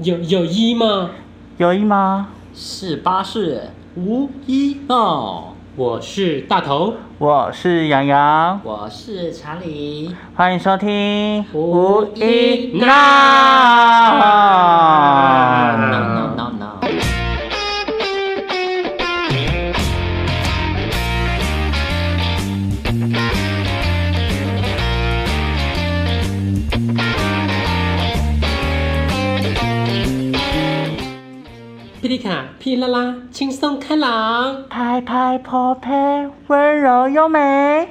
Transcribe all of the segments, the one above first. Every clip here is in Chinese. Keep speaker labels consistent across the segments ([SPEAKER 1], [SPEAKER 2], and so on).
[SPEAKER 1] 有有一吗？
[SPEAKER 2] 有一吗？
[SPEAKER 3] 是巴士无一哦。
[SPEAKER 1] 我是大头，
[SPEAKER 2] 我是洋洋，
[SPEAKER 3] 我是查理，
[SPEAKER 2] 欢迎收听
[SPEAKER 3] 无一
[SPEAKER 2] 闹。
[SPEAKER 3] No no no no。
[SPEAKER 1] 霹雳卡霹啦啦，轻松开朗。
[SPEAKER 2] 拍拍破拍，温柔优美。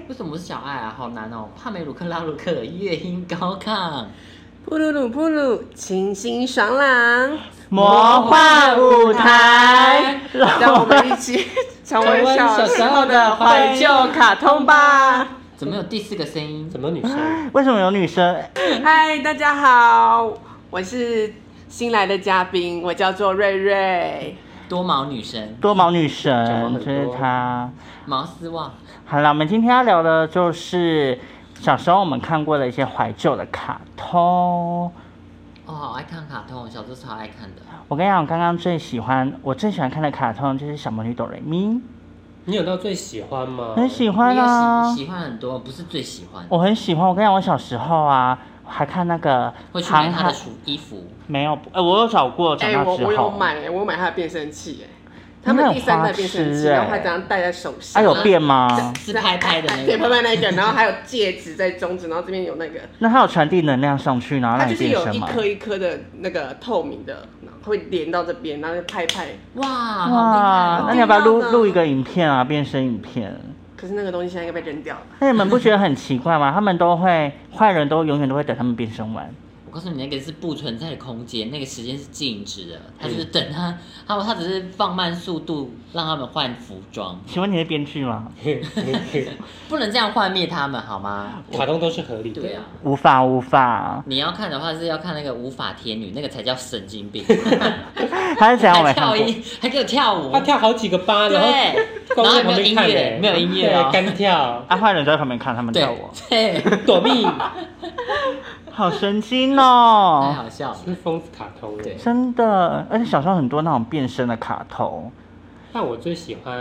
[SPEAKER 3] 为什么是小爱啊？好难哦！帕梅鲁克拉鲁克，乐音高亢，
[SPEAKER 4] 布鲁鲁布鲁，清新爽朗，
[SPEAKER 2] 魔幻舞台，
[SPEAKER 4] 让我们一起重温
[SPEAKER 1] 重温小
[SPEAKER 4] 小
[SPEAKER 1] 时
[SPEAKER 4] 时
[SPEAKER 1] 候
[SPEAKER 4] 候
[SPEAKER 1] 的
[SPEAKER 4] 的
[SPEAKER 1] 怀
[SPEAKER 4] 怀
[SPEAKER 1] 旧
[SPEAKER 4] 旧卡通吧。
[SPEAKER 3] 怎么有第四个声音？
[SPEAKER 1] 怎么女生？
[SPEAKER 2] 为什么有女生？
[SPEAKER 4] 嗨，大家好，我是新来的嘉宾，我叫做瑞瑞。
[SPEAKER 3] 多毛女神，
[SPEAKER 2] 多毛女
[SPEAKER 1] 讲了
[SPEAKER 2] 神
[SPEAKER 1] 很多
[SPEAKER 2] 就是她。
[SPEAKER 3] 毛丝袜，
[SPEAKER 2] 好了，我们今天要聊的就是小时候我们看过的一些怀旧的卡通。
[SPEAKER 3] 我、好哦爱看卡通，小时候超爱看的。
[SPEAKER 2] 我跟你讲，我刚刚最喜欢我最喜欢看的卡通就是《小魔女哆瑞咪》，
[SPEAKER 1] 你有到最喜欢吗？
[SPEAKER 2] 很喜欢
[SPEAKER 3] 你
[SPEAKER 2] 啊
[SPEAKER 3] 有喜，喜欢很多，不是最喜欢。
[SPEAKER 2] 我很喜欢。我跟你讲，我小时候啊，还看那个
[SPEAKER 3] 会去买
[SPEAKER 2] 航
[SPEAKER 3] 他
[SPEAKER 2] 海
[SPEAKER 3] 的，书衣服，
[SPEAKER 2] 没有，呃，我有找过，长
[SPEAKER 4] 哎、
[SPEAKER 2] 大
[SPEAKER 4] 我
[SPEAKER 2] 之
[SPEAKER 4] 我有
[SPEAKER 2] 后，
[SPEAKER 4] 买、我有买他的变声器、哎，他
[SPEAKER 2] 你很
[SPEAKER 4] 们第三代变声
[SPEAKER 2] 花
[SPEAKER 4] 器，
[SPEAKER 2] 痴哎
[SPEAKER 4] 然后还这样戴在手
[SPEAKER 2] 啊，
[SPEAKER 4] 上，
[SPEAKER 2] 有变吗？
[SPEAKER 3] 是拍拍的那
[SPEAKER 4] 啊对，
[SPEAKER 3] 个。
[SPEAKER 4] 拍拍那一个，然后还有戒指在中指，然后这边有那个，
[SPEAKER 2] 那它有传递能量上去，然后
[SPEAKER 4] 它
[SPEAKER 2] 让
[SPEAKER 4] 就
[SPEAKER 2] 你
[SPEAKER 4] 是
[SPEAKER 2] 变
[SPEAKER 4] 有
[SPEAKER 2] 身
[SPEAKER 4] 一
[SPEAKER 2] 吗？
[SPEAKER 4] 颗一颗的那个透明的，然后会连到这边，然后就拍拍。
[SPEAKER 3] 哇，好厉害
[SPEAKER 2] 哇
[SPEAKER 3] 哦！，
[SPEAKER 2] 那你要不要录
[SPEAKER 4] 好厉害哦
[SPEAKER 2] 录一个影片啊，变身影片？
[SPEAKER 4] 可是那个东西现在应该被扔掉了。
[SPEAKER 2] 那你们不觉得很奇怪吗？他们都会，坏人都永远都会等他们变身完。
[SPEAKER 3] 我告诉你，那个是不存在的空间，那个时间是静止的，他就是等他，他他只是放慢速度让他们换服装，
[SPEAKER 2] 请问你是编剧吗？
[SPEAKER 3] 不能这样幻灭他们好吗？
[SPEAKER 1] 卡通都是合理的。
[SPEAKER 3] 对啊，，
[SPEAKER 2] 无法无法，
[SPEAKER 3] 你要看的话是要看那个无法天女，那个才叫神经 病，
[SPEAKER 2] 他是怎样我没看
[SPEAKER 3] 还 跳
[SPEAKER 2] 过？
[SPEAKER 3] 一还给我跳舞
[SPEAKER 1] 他，跳好几个八，
[SPEAKER 3] 对，
[SPEAKER 1] 然后
[SPEAKER 3] 然
[SPEAKER 1] 光
[SPEAKER 3] 后
[SPEAKER 1] 在
[SPEAKER 3] 也没
[SPEAKER 1] 旁
[SPEAKER 3] 有
[SPEAKER 1] 边
[SPEAKER 3] 音
[SPEAKER 1] 看
[SPEAKER 3] 乐，
[SPEAKER 1] 欸
[SPEAKER 3] 没有音乐
[SPEAKER 1] 对，
[SPEAKER 3] 哦，
[SPEAKER 1] 干 跳，
[SPEAKER 2] 啊，坏人都在旁边看他们跳
[SPEAKER 3] 对
[SPEAKER 2] 舞，
[SPEAKER 3] 对，
[SPEAKER 1] 躲避，
[SPEAKER 2] 好神经
[SPEAKER 3] 太
[SPEAKER 2] 哦！
[SPEAKER 3] 好笑了。
[SPEAKER 1] 是疯子卡通。
[SPEAKER 3] 对
[SPEAKER 2] 真的，而且小时候很多那种变身的卡通，
[SPEAKER 1] 但我最喜欢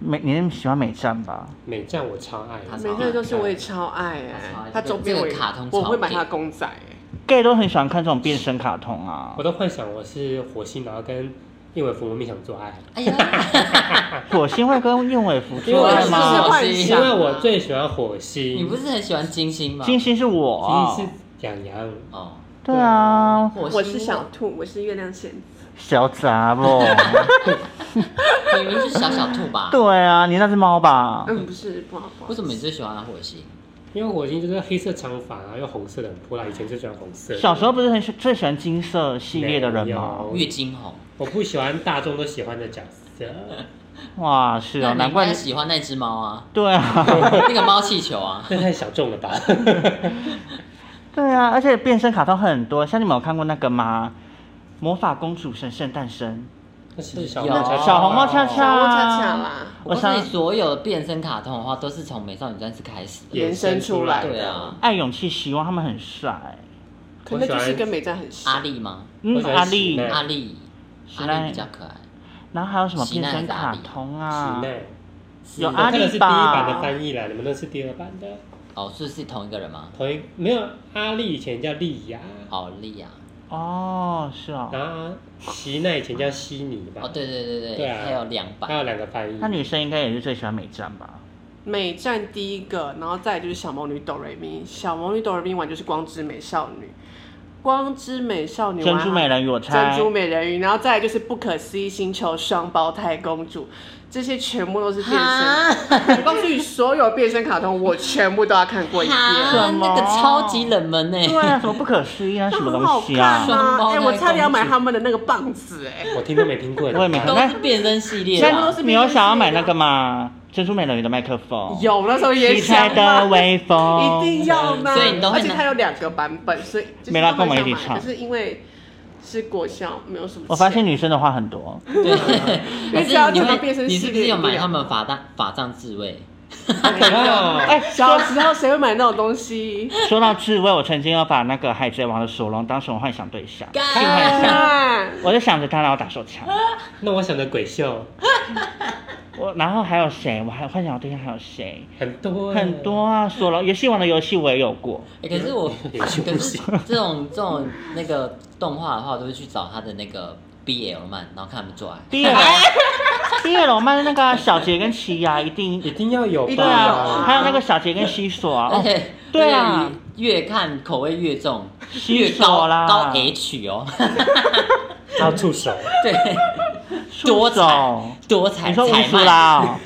[SPEAKER 2] 美你们喜欢美战吧？
[SPEAKER 1] 美战，我超爱。
[SPEAKER 3] 他
[SPEAKER 4] 每
[SPEAKER 3] 超
[SPEAKER 4] 这个东西我也超爱哎、
[SPEAKER 3] 超爱
[SPEAKER 4] 它周边我也
[SPEAKER 3] 这个卡通超
[SPEAKER 4] 我会买它的公仔哎、
[SPEAKER 2] gay 都很喜欢看这种变身卡通啊
[SPEAKER 1] 我，都幻想我是火星，然后跟叶伟福梦想做爱，
[SPEAKER 3] 哎 呀，
[SPEAKER 2] 火星会跟燕尾服
[SPEAKER 1] 因为
[SPEAKER 2] 做
[SPEAKER 1] 我
[SPEAKER 2] 爱
[SPEAKER 1] 是
[SPEAKER 4] 就是
[SPEAKER 2] 吗？
[SPEAKER 4] 幻
[SPEAKER 1] 因
[SPEAKER 4] 想啊
[SPEAKER 1] 为我最喜欢火星。
[SPEAKER 3] 你不是很喜欢金星吗？
[SPEAKER 2] 金星是我，
[SPEAKER 1] 其实是养羊，
[SPEAKER 3] 哦，
[SPEAKER 2] 对啊，
[SPEAKER 4] 我是小兔，我是月亮仙子。
[SPEAKER 2] 小杂哦不？
[SPEAKER 3] 明明是小小兔 吧？
[SPEAKER 2] 对啊，你那只猫吧？
[SPEAKER 4] 嗯，不是，不好，不好
[SPEAKER 3] 为。什么你最喜欢火星？
[SPEAKER 1] 因为火星就是黑色长发，然后又红色的很泼辣。以前最喜欢红色。
[SPEAKER 2] 小时候不是很喜最喜欢金色系列的人吗？
[SPEAKER 1] 没
[SPEAKER 3] 月
[SPEAKER 1] 有
[SPEAKER 3] 经红。
[SPEAKER 1] 我不喜欢大众都喜欢的角 色。
[SPEAKER 2] 哇，是
[SPEAKER 3] 那
[SPEAKER 2] 啊，
[SPEAKER 3] 你
[SPEAKER 2] 难
[SPEAKER 3] 应
[SPEAKER 2] 怪
[SPEAKER 3] 该
[SPEAKER 2] 你
[SPEAKER 3] 喜欢那只猫 啊，
[SPEAKER 2] 对啊。
[SPEAKER 3] 那个猫气球啊。
[SPEAKER 1] 那太小众 了吧？
[SPEAKER 2] 对啊，而且变身卡通很多，像你们有看过那个吗？魔法公主神圣诞生，
[SPEAKER 1] 那是小
[SPEAKER 3] 有
[SPEAKER 1] 猫恰恰，
[SPEAKER 2] 小红帽
[SPEAKER 1] 啊
[SPEAKER 2] 恰恰
[SPEAKER 4] 小莫恰恰啦，
[SPEAKER 2] 我
[SPEAKER 3] 我告诉
[SPEAKER 2] 上
[SPEAKER 3] 你，所有变身卡通的话，都是从美少女战士开始的。
[SPEAKER 1] 衍生出来的
[SPEAKER 3] 哦对啊，
[SPEAKER 2] 爱勇气希望他们很帅，
[SPEAKER 4] 可能就是跟美战很
[SPEAKER 3] 阿
[SPEAKER 4] 像。
[SPEAKER 3] 丽吗？
[SPEAKER 1] 我
[SPEAKER 2] 嗯，
[SPEAKER 1] 喜欢
[SPEAKER 2] 阿
[SPEAKER 1] 喜
[SPEAKER 2] 丽，
[SPEAKER 1] 奈
[SPEAKER 3] 阿丽，
[SPEAKER 2] 喜
[SPEAKER 3] 阿
[SPEAKER 2] 奈
[SPEAKER 3] 丽比较可爱。
[SPEAKER 2] 然后还有什么
[SPEAKER 3] 喜
[SPEAKER 2] 变
[SPEAKER 3] 奈
[SPEAKER 2] 身
[SPEAKER 3] 还是阿
[SPEAKER 2] 卡
[SPEAKER 3] 丽
[SPEAKER 2] 通
[SPEAKER 1] 喜
[SPEAKER 2] 啊？
[SPEAKER 1] 奈。
[SPEAKER 2] 有
[SPEAKER 1] 我
[SPEAKER 2] 阿
[SPEAKER 1] 看的是第一
[SPEAKER 2] 丽
[SPEAKER 1] 版的
[SPEAKER 2] 吧？
[SPEAKER 1] 翻译啦，你们那是第二版的。
[SPEAKER 3] 哦，是是同一个人吗？
[SPEAKER 1] 同一没有阿丽以前叫丽雅，
[SPEAKER 3] 好丽啊！
[SPEAKER 2] 哦，是哦。
[SPEAKER 1] 然后席奈以前叫悉尼吧。
[SPEAKER 3] 哦，对对对对，
[SPEAKER 1] 对啊
[SPEAKER 3] 还有两
[SPEAKER 1] 还
[SPEAKER 3] 版。
[SPEAKER 1] 有两个翻译。
[SPEAKER 2] 那女生应该也是最喜欢美战吧？
[SPEAKER 4] 美战第一个，然后再来就是小魔女哆瑞咪，小魔女哆瑞咪玩就是光之美少女，光之美少女
[SPEAKER 2] 珍
[SPEAKER 4] 玩
[SPEAKER 2] 珠美人鱼，我猜
[SPEAKER 4] 珍。珠美人鱼，然后再来就是不可思议星球双胞胎公主，这些全部都是变身。
[SPEAKER 3] 哈，
[SPEAKER 4] 我告诉你，所有变身卡通我全部都要看过一遍。
[SPEAKER 3] 哈哎那个超级冷门呢。
[SPEAKER 2] 对啊，什么不可思议啊，什么
[SPEAKER 4] 很
[SPEAKER 2] 东
[SPEAKER 4] 好
[SPEAKER 2] 西
[SPEAKER 4] 看
[SPEAKER 2] 啊？
[SPEAKER 3] 双胞
[SPEAKER 4] 哎、
[SPEAKER 3] 胎
[SPEAKER 4] 我差点要买他们的那个棒子、哎，
[SPEAKER 1] 我听都没听过。
[SPEAKER 2] 我也没看
[SPEAKER 3] 都是变身系列
[SPEAKER 2] 那
[SPEAKER 3] 啊。
[SPEAKER 4] 是
[SPEAKER 2] 你有想要买那个吗？珍珠美人鱼的麦克风？。
[SPEAKER 4] 有那时候也
[SPEAKER 2] 七
[SPEAKER 4] 想
[SPEAKER 2] 彩的
[SPEAKER 4] 买，
[SPEAKER 2] 微风。
[SPEAKER 4] 一定要呢。
[SPEAKER 3] 所以你都会
[SPEAKER 4] 而且
[SPEAKER 3] 拿
[SPEAKER 4] 它有两个版本，所以就是
[SPEAKER 2] 没啦跟我们一起
[SPEAKER 4] 都很想买
[SPEAKER 2] 唱
[SPEAKER 4] 可是因为是国校，没有什么钱。
[SPEAKER 2] 我发现女生的话很多，
[SPEAKER 3] 对，可
[SPEAKER 4] 因为只要
[SPEAKER 3] 是你
[SPEAKER 4] 这个
[SPEAKER 3] 会
[SPEAKER 4] 变身
[SPEAKER 3] 你
[SPEAKER 4] 系列啊
[SPEAKER 3] 是不是有
[SPEAKER 4] 不一
[SPEAKER 3] 买
[SPEAKER 4] 样
[SPEAKER 3] 他们法杖法杖自卫？
[SPEAKER 1] 哦，啊
[SPEAKER 2] 哎，
[SPEAKER 4] 小
[SPEAKER 2] 说
[SPEAKER 4] 时候谁会买那种东 西？
[SPEAKER 2] 说到智慧，我曾经要把那个海贼王的索隆当成我幻想对象，
[SPEAKER 3] 干
[SPEAKER 2] 性幻想，
[SPEAKER 4] 看，
[SPEAKER 2] 我就想着他然后打手枪，
[SPEAKER 1] 那我想的鬼秀
[SPEAKER 2] 我然后还有谁？我还幻想对象还有谁？
[SPEAKER 1] 很多欸
[SPEAKER 2] 很多啊，索隆游戏王的游戏我也有过，
[SPEAKER 3] 欸可 是我，
[SPEAKER 1] 也是
[SPEAKER 3] 可
[SPEAKER 1] 不
[SPEAKER 3] 是
[SPEAKER 1] 行
[SPEAKER 3] 这种这种那个动画的话，我都会去找他的那个 BL 漫，然后看他们做爱。
[SPEAKER 2] 第二楼， 第二楼卖的那个小杰跟奇亚一定
[SPEAKER 1] 一定要有
[SPEAKER 4] 一定
[SPEAKER 2] 对
[SPEAKER 4] 要有
[SPEAKER 2] 啊，
[SPEAKER 1] 吧？
[SPEAKER 2] 还有那个小杰跟西索啊，
[SPEAKER 3] 而
[SPEAKER 2] 哦
[SPEAKER 3] 且、
[SPEAKER 2] 对啊，
[SPEAKER 3] 越看口味越重，
[SPEAKER 2] 西
[SPEAKER 3] 越高
[SPEAKER 2] 索啦
[SPEAKER 3] 高 H 哦，
[SPEAKER 1] 要触手，
[SPEAKER 3] 对，
[SPEAKER 2] 出
[SPEAKER 3] 多彩
[SPEAKER 2] 手，
[SPEAKER 3] 多彩
[SPEAKER 2] 你说乌
[SPEAKER 3] 彩
[SPEAKER 2] 苏
[SPEAKER 3] 漫
[SPEAKER 2] 拉哦，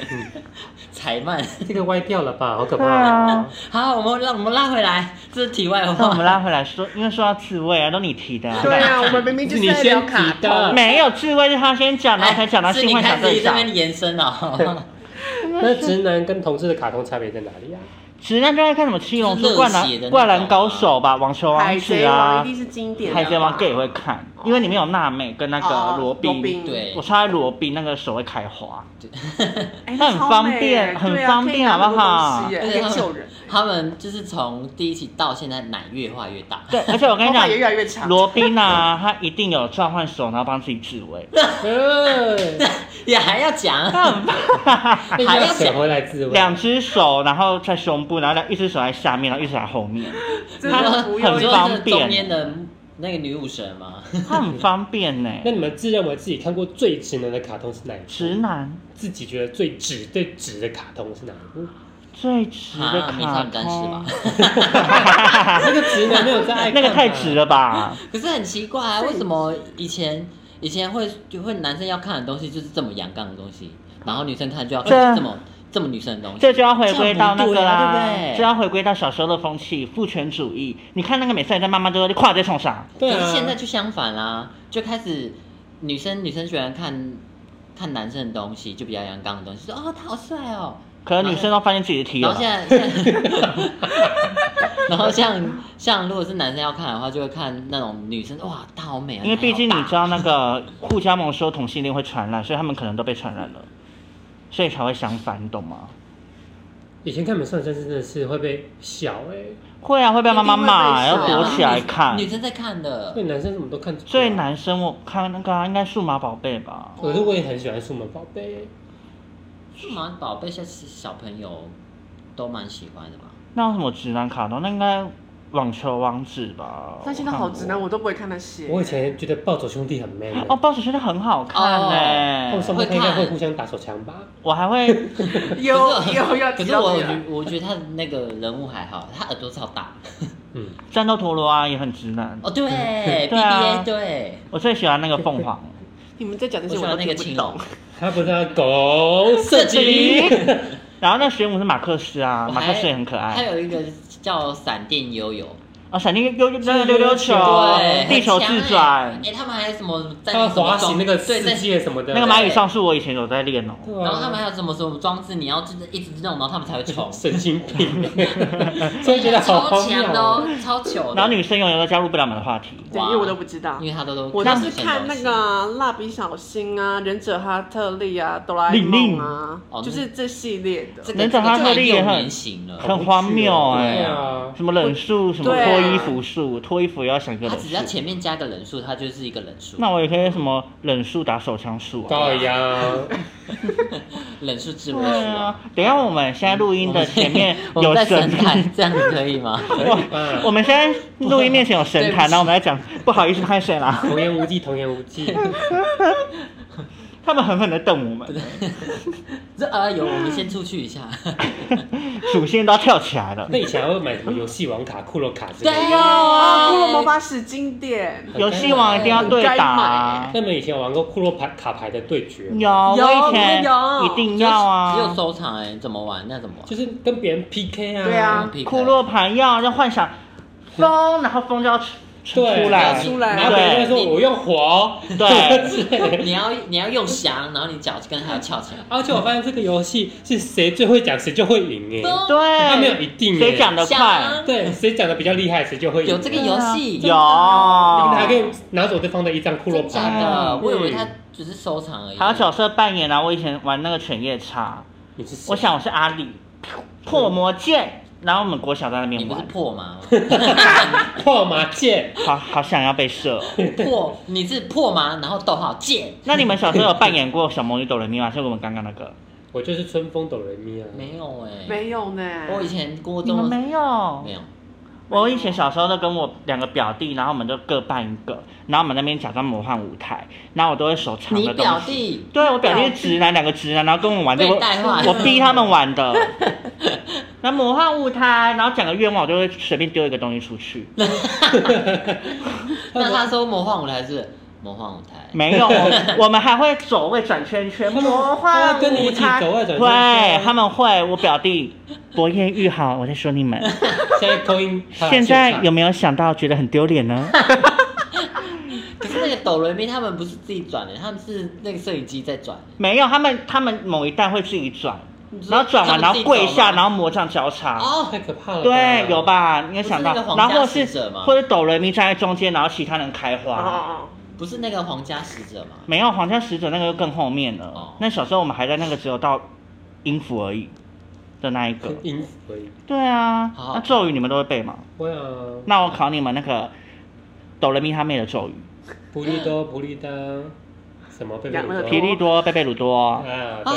[SPEAKER 3] 彩漫。
[SPEAKER 1] 这个歪掉了吧？好可怕
[SPEAKER 2] 对啊
[SPEAKER 1] 哦！
[SPEAKER 3] 好，我们让我们拉回来，这是题外
[SPEAKER 2] 那我们
[SPEAKER 3] 话。
[SPEAKER 2] 拉回来说，因为说到自慰啊，都你提的、啊，
[SPEAKER 4] 对 啊，我们明明就是在聊卡
[SPEAKER 1] 你先提的
[SPEAKER 4] 通。
[SPEAKER 2] 没有自慰是他先讲，然后才讲到
[SPEAKER 3] 是
[SPEAKER 2] 性
[SPEAKER 3] 你
[SPEAKER 2] 幻
[SPEAKER 3] 开
[SPEAKER 2] 想
[SPEAKER 3] 始
[SPEAKER 2] 对
[SPEAKER 3] 这
[SPEAKER 2] 象。
[SPEAKER 3] 边延伸哦，
[SPEAKER 1] 那直男跟同志的卡通差别在哪里啊？
[SPEAKER 2] 直男就爱看什么七龙珠、灌
[SPEAKER 3] 热血
[SPEAKER 2] 篮、
[SPEAKER 3] 的那种
[SPEAKER 2] 灌篮高手吧，网球王
[SPEAKER 4] 海
[SPEAKER 2] 子
[SPEAKER 4] 贼王
[SPEAKER 2] 啊
[SPEAKER 4] 一，定是经典的吧，
[SPEAKER 2] 海贼王 gay 也会看，因为里面有娜美跟那
[SPEAKER 4] 哦
[SPEAKER 2] 个罗宾。
[SPEAKER 3] 对
[SPEAKER 2] 我超爱罗宾，那个手会开花。
[SPEAKER 4] 哎
[SPEAKER 2] 它很
[SPEAKER 4] 超
[SPEAKER 2] 方
[SPEAKER 4] 美
[SPEAKER 2] 便
[SPEAKER 4] 耶
[SPEAKER 2] 很
[SPEAKER 4] 对啊
[SPEAKER 2] 方
[SPEAKER 4] 可以
[SPEAKER 2] 便好
[SPEAKER 4] 拿
[SPEAKER 2] 不
[SPEAKER 4] 很多
[SPEAKER 2] 好
[SPEAKER 4] 东西耶
[SPEAKER 3] 而
[SPEAKER 4] 可
[SPEAKER 3] 且
[SPEAKER 4] 以
[SPEAKER 3] 他
[SPEAKER 4] 救
[SPEAKER 3] 们
[SPEAKER 4] 人，
[SPEAKER 3] 他们就是从第一集到现在奶越画越大，
[SPEAKER 2] 对，而且我跟你
[SPEAKER 4] 头
[SPEAKER 2] 讲
[SPEAKER 4] 发也，越来越长。
[SPEAKER 2] 罗宾啊，他一定有召唤手，然后帮自己自 慰。
[SPEAKER 1] 哎
[SPEAKER 3] 也还要讲，还要
[SPEAKER 1] 扯
[SPEAKER 3] 讲，
[SPEAKER 1] 回来自慰，
[SPEAKER 2] 两只手，然后在胸部，然后一只手在下面，然后一只手在后面，
[SPEAKER 4] 真
[SPEAKER 2] 他
[SPEAKER 4] 的
[SPEAKER 2] 们
[SPEAKER 4] 不
[SPEAKER 2] 很
[SPEAKER 4] 用
[SPEAKER 3] 你说
[SPEAKER 2] 方
[SPEAKER 3] 那个
[SPEAKER 2] 便
[SPEAKER 3] 中间的那个女武神吗？
[SPEAKER 2] 他很方便呢、
[SPEAKER 1] 那你们自认为自己看过最直男的卡通是哪一部？
[SPEAKER 2] 直男
[SPEAKER 1] 自己觉得最直、最直的卡通是哪一部？
[SPEAKER 2] 最直的
[SPEAKER 3] 啊，美
[SPEAKER 2] 卡
[SPEAKER 3] 少女战士
[SPEAKER 2] 通
[SPEAKER 3] 吧，。
[SPEAKER 1] 那个直男没有在爱看吧
[SPEAKER 2] 那个太直，了吧？
[SPEAKER 3] 可是很奇怪啊，为什么以前以前会就会男生要看的东西就是这么阳刚的东西，然后女生看就要
[SPEAKER 2] 这
[SPEAKER 3] 看这么这么女生的东西？
[SPEAKER 2] 这就要回归到那个啦，
[SPEAKER 3] 这样不对啊对不对
[SPEAKER 2] 就要回归到小时候的风气，父权主义。你看那个美少女在妈妈就说你跨在冲上，
[SPEAKER 1] 对
[SPEAKER 3] 可
[SPEAKER 1] 啊，
[SPEAKER 3] 是现在就相反啦、就开始女生女生喜欢看看男生的东西，就比较阳刚的东西，说哦他好帅哦。
[SPEAKER 2] 可能女生都发现自己的体
[SPEAKER 3] 然
[SPEAKER 2] 了
[SPEAKER 3] 后。现在， 现在然后像像如果是男生要看的话，就会看那种女生哇她好美啊，
[SPEAKER 2] 因为毕竟你
[SPEAKER 3] 她好
[SPEAKER 2] 知道那个互加盟说同性恋会传染，所以他们可能都被传染了，所以才会相反，你懂吗？
[SPEAKER 1] 以前看美少女战士真的是会被笑哎，
[SPEAKER 2] 会啊，会被妈妈骂，
[SPEAKER 4] 一定
[SPEAKER 2] 要
[SPEAKER 4] 会被
[SPEAKER 3] 大
[SPEAKER 4] 笑
[SPEAKER 2] 躲起来看
[SPEAKER 3] 啊女。女生在看的
[SPEAKER 1] 对，男生怎么都看不出来
[SPEAKER 2] 最。男生我看那个、啊、应该数码宝贝吧，
[SPEAKER 1] 可是我也很喜欢数码宝贝，
[SPEAKER 3] 数码宝贝现在小朋友都蛮喜欢的嘛。
[SPEAKER 2] 那有什么直男卡通？那应该网球王子吧。
[SPEAKER 4] 但现在
[SPEAKER 2] 我看
[SPEAKER 4] 好
[SPEAKER 2] 过
[SPEAKER 4] 直男，我都不会看那些。
[SPEAKER 1] 我以 前觉得暴走兄弟很 man 欸
[SPEAKER 2] 哦，暴走兄弟很好看
[SPEAKER 4] 哦
[SPEAKER 2] 呢、
[SPEAKER 1] 他们双胞胎应该会互相打手枪吧？
[SPEAKER 2] 我还哦会
[SPEAKER 4] 有 有要
[SPEAKER 3] 可
[SPEAKER 4] 提
[SPEAKER 3] 是
[SPEAKER 4] 到
[SPEAKER 3] 我
[SPEAKER 4] 这个
[SPEAKER 3] 觉我觉得他的那个人物还好，他耳朵超大。
[SPEAKER 1] 嗯，
[SPEAKER 2] 战斗陀螺啊，也很直男。
[SPEAKER 3] 哦，对，B B
[SPEAKER 2] 对啊
[SPEAKER 3] A 对，
[SPEAKER 2] 我最喜欢那个凤凰，
[SPEAKER 4] 你们在讲这些
[SPEAKER 3] 我喜
[SPEAKER 4] 我
[SPEAKER 3] 欢
[SPEAKER 4] 都
[SPEAKER 3] 那个
[SPEAKER 4] 听不
[SPEAKER 3] 青
[SPEAKER 4] 懂
[SPEAKER 3] 龙。，
[SPEAKER 1] 他不是要狗射击，
[SPEAKER 2] 然后那玄武是马克思啊，
[SPEAKER 3] 我
[SPEAKER 2] 马克
[SPEAKER 3] 还
[SPEAKER 2] 思也很可
[SPEAKER 3] 还
[SPEAKER 2] 爱。
[SPEAKER 3] 有一个叫闪电悠悠，
[SPEAKER 2] 啊，闪电溜溜溜溜溜球
[SPEAKER 3] 对，，
[SPEAKER 2] 哦地球自转
[SPEAKER 3] 哎，，他们还有什么在
[SPEAKER 1] 他要滑
[SPEAKER 3] 什
[SPEAKER 1] 行
[SPEAKER 3] 么
[SPEAKER 1] 那个
[SPEAKER 3] 对
[SPEAKER 1] 世
[SPEAKER 3] 在。
[SPEAKER 1] 界什么的，
[SPEAKER 2] 那个蚂蚁上树我以前有在练哦。
[SPEAKER 1] 对啊。
[SPEAKER 3] 然后他们还有什么什么装置，你要就是一直弄，然后他们才会冲
[SPEAKER 1] 神经 病， 所以觉得好
[SPEAKER 3] 超
[SPEAKER 1] 荒谬
[SPEAKER 3] 强的
[SPEAKER 1] 哦。
[SPEAKER 3] 哦，超糗的。
[SPEAKER 2] 然后女生永远都加入不了我们的话题。
[SPEAKER 4] 对，
[SPEAKER 3] 哇
[SPEAKER 4] 因为我都不知道
[SPEAKER 3] 因。为他都都
[SPEAKER 4] 我
[SPEAKER 3] 都
[SPEAKER 4] 都是看那个啊蜡笔小新啊、忍者哈特利啊、哆啦 A
[SPEAKER 2] 令令
[SPEAKER 4] 梦啊
[SPEAKER 3] 哦，
[SPEAKER 4] 就是这系列的。
[SPEAKER 3] 这个
[SPEAKER 2] 忍者哈特利也很
[SPEAKER 3] 这个太幼年型了，
[SPEAKER 2] 很荒谬
[SPEAKER 1] 对
[SPEAKER 2] 哎、
[SPEAKER 1] 啊
[SPEAKER 2] 什么忍术，什么
[SPEAKER 4] 对啊
[SPEAKER 2] 脱衣服术，脱衣服也要想一个
[SPEAKER 3] 他
[SPEAKER 2] 忍
[SPEAKER 3] 只要
[SPEAKER 2] 术。
[SPEAKER 3] 前面加个人数，他就是一个人数。
[SPEAKER 2] 那我也可以什么忍术打手枪术啊？
[SPEAKER 1] 高尔阳，
[SPEAKER 3] 人数智慧
[SPEAKER 2] 对
[SPEAKER 3] 数啊。
[SPEAKER 2] 啊，等一下我们现在录音的前面
[SPEAKER 3] 我们
[SPEAKER 2] 有
[SPEAKER 3] 在
[SPEAKER 2] 神
[SPEAKER 3] 神
[SPEAKER 2] 坛，
[SPEAKER 3] 坛，这样子可以吗？
[SPEAKER 1] 可以吧
[SPEAKER 2] 我们现在录音面前有神坛，
[SPEAKER 3] 对不起
[SPEAKER 2] 然后我们在讲，不好意思拍谁啦，
[SPEAKER 1] 童言无忌，童言无忌。
[SPEAKER 2] 他们狠狠的瞪我们，
[SPEAKER 3] 这啊有，我们先出去 一下。
[SPEAKER 2] 属性都要跳起来了
[SPEAKER 1] 那。以前还会买什么游戏王卡、骷髅卡之类
[SPEAKER 3] 对
[SPEAKER 1] 的。
[SPEAKER 4] 啊，
[SPEAKER 3] 啊
[SPEAKER 4] 骷髅魔。法使经典，
[SPEAKER 1] 很
[SPEAKER 2] 游戏王一定要对打
[SPEAKER 3] 欸
[SPEAKER 2] 啊。
[SPEAKER 1] 那你们以前有玩过骷髅牌卡牌的对决吗？
[SPEAKER 2] 有，
[SPEAKER 4] 有
[SPEAKER 2] 我以前
[SPEAKER 4] 有
[SPEAKER 2] 一定要啊。
[SPEAKER 3] 只有收藏哎，怎么玩？那怎么玩？
[SPEAKER 1] 就是跟别人 PK 啊。
[SPEAKER 4] 对啊
[SPEAKER 2] 骷髅牌要要幻想风，然后风就要出出
[SPEAKER 1] 对
[SPEAKER 2] 出
[SPEAKER 4] 要
[SPEAKER 3] 嗯
[SPEAKER 2] 来，
[SPEAKER 4] 出来
[SPEAKER 1] 然后别人就
[SPEAKER 3] 对
[SPEAKER 1] 说我用火，
[SPEAKER 2] 对，
[SPEAKER 3] 你要你要用翔，然后你脚跟它要翘起来。
[SPEAKER 1] 而且我发现这个游戏是谁最会讲谁就会赢哎，
[SPEAKER 3] 啊
[SPEAKER 1] 他没有
[SPEAKER 2] 对，
[SPEAKER 1] 一定
[SPEAKER 2] 谁讲
[SPEAKER 1] 哎，
[SPEAKER 2] 的快？
[SPEAKER 3] 翔
[SPEAKER 1] 对，谁讲的比较厉害谁就会赢。
[SPEAKER 3] 有啊这个游戏，
[SPEAKER 2] 有，
[SPEAKER 1] 你还可以拿走对方的一张骷
[SPEAKER 3] 真
[SPEAKER 1] 髅
[SPEAKER 3] 假
[SPEAKER 1] 牌。
[SPEAKER 3] 的？
[SPEAKER 2] 嗯
[SPEAKER 3] 我以为它只是收藏而已。
[SPEAKER 2] 还有角色扮演啊！我以前玩那个犬夜叉，
[SPEAKER 1] 你是谁
[SPEAKER 2] 我想我是阿里，破魔剑，然后我们国小在那
[SPEAKER 3] 你
[SPEAKER 2] 边
[SPEAKER 3] 不是
[SPEAKER 2] 玩，
[SPEAKER 3] 破吗？
[SPEAKER 1] 破麻剑，
[SPEAKER 2] 好好想要被射、 哦。
[SPEAKER 3] 破，你是破吗？然后逗号剑，
[SPEAKER 2] 那你们小时候有扮演过小魔女哆来咪吗？就我们刚刚那个，
[SPEAKER 1] 我就是春风哆来咪啊。
[SPEAKER 3] 没有哎、
[SPEAKER 4] 没有呢。
[SPEAKER 3] 我以前高
[SPEAKER 2] 你们
[SPEAKER 3] 中的时
[SPEAKER 2] 没有
[SPEAKER 3] 候没有，
[SPEAKER 2] 我以前小时候都跟我两个表弟，然后我们就各扮一个，然后我们那边假装魔幻舞台，然后我都会手长
[SPEAKER 3] 你
[SPEAKER 2] 的东
[SPEAKER 3] 表
[SPEAKER 2] 西。
[SPEAKER 3] 弟
[SPEAKER 2] 对，我表弟是直男，两个直男，然后跟我玩这个
[SPEAKER 3] 被，带坏
[SPEAKER 2] 我逼他们玩 的。那魔幻舞台，然后讲个愿望，我就会随便丢一个东西出去。
[SPEAKER 3] 那他说魔幻舞台是不是魔幻舞台，
[SPEAKER 2] 没 有，我们还会走位转圈圈，魔
[SPEAKER 1] 他
[SPEAKER 2] 幻
[SPEAKER 1] 跟你一
[SPEAKER 2] 舞
[SPEAKER 1] 起
[SPEAKER 2] 台。
[SPEAKER 1] 走啊，转
[SPEAKER 2] 会，他们会。我表弟柏叶玉好，我在说你 们。
[SPEAKER 1] 现在扣音，
[SPEAKER 2] 现在有没有想到觉得很丢脸呢？
[SPEAKER 3] 可是那个抖伦咪他们不是自己转的，他们是那个摄影机在转的。
[SPEAKER 2] 没有，他们他们某一代会自己转，然后转完然
[SPEAKER 3] 他们自
[SPEAKER 2] 后
[SPEAKER 3] 己
[SPEAKER 2] 跪
[SPEAKER 3] 走
[SPEAKER 2] 下，
[SPEAKER 3] 吗
[SPEAKER 2] 然后魔杖交叉。
[SPEAKER 3] 哦，
[SPEAKER 1] 太可怕了吧。
[SPEAKER 2] 对，有吧？你有
[SPEAKER 3] 不是
[SPEAKER 2] 想到
[SPEAKER 3] 那个，皇
[SPEAKER 2] 然后
[SPEAKER 3] 家
[SPEAKER 2] 或是
[SPEAKER 3] 使者吗
[SPEAKER 2] 或者哆来咪站在中间，然后其他人开
[SPEAKER 4] 哦
[SPEAKER 2] 花。
[SPEAKER 4] 哦
[SPEAKER 3] 不是那个皇家使者吗？
[SPEAKER 2] 没有皇家使者那个又更后面了
[SPEAKER 3] 哦。
[SPEAKER 2] 那小时候我们还在那个只有到音符而已的那一个
[SPEAKER 1] 跟。音符而已。
[SPEAKER 2] 对啊，
[SPEAKER 3] 好
[SPEAKER 2] 那咒语你们都会背吗？
[SPEAKER 1] 会啊，
[SPEAKER 2] 那我考你们那个哆来咪他妹的咒语：
[SPEAKER 1] 普利多普利达，什么贝贝
[SPEAKER 4] 两
[SPEAKER 1] 鲁
[SPEAKER 3] 哦
[SPEAKER 4] 个
[SPEAKER 1] 多
[SPEAKER 2] 皮利多、贝贝鲁多
[SPEAKER 1] 啊，。对啊，
[SPEAKER 4] 哎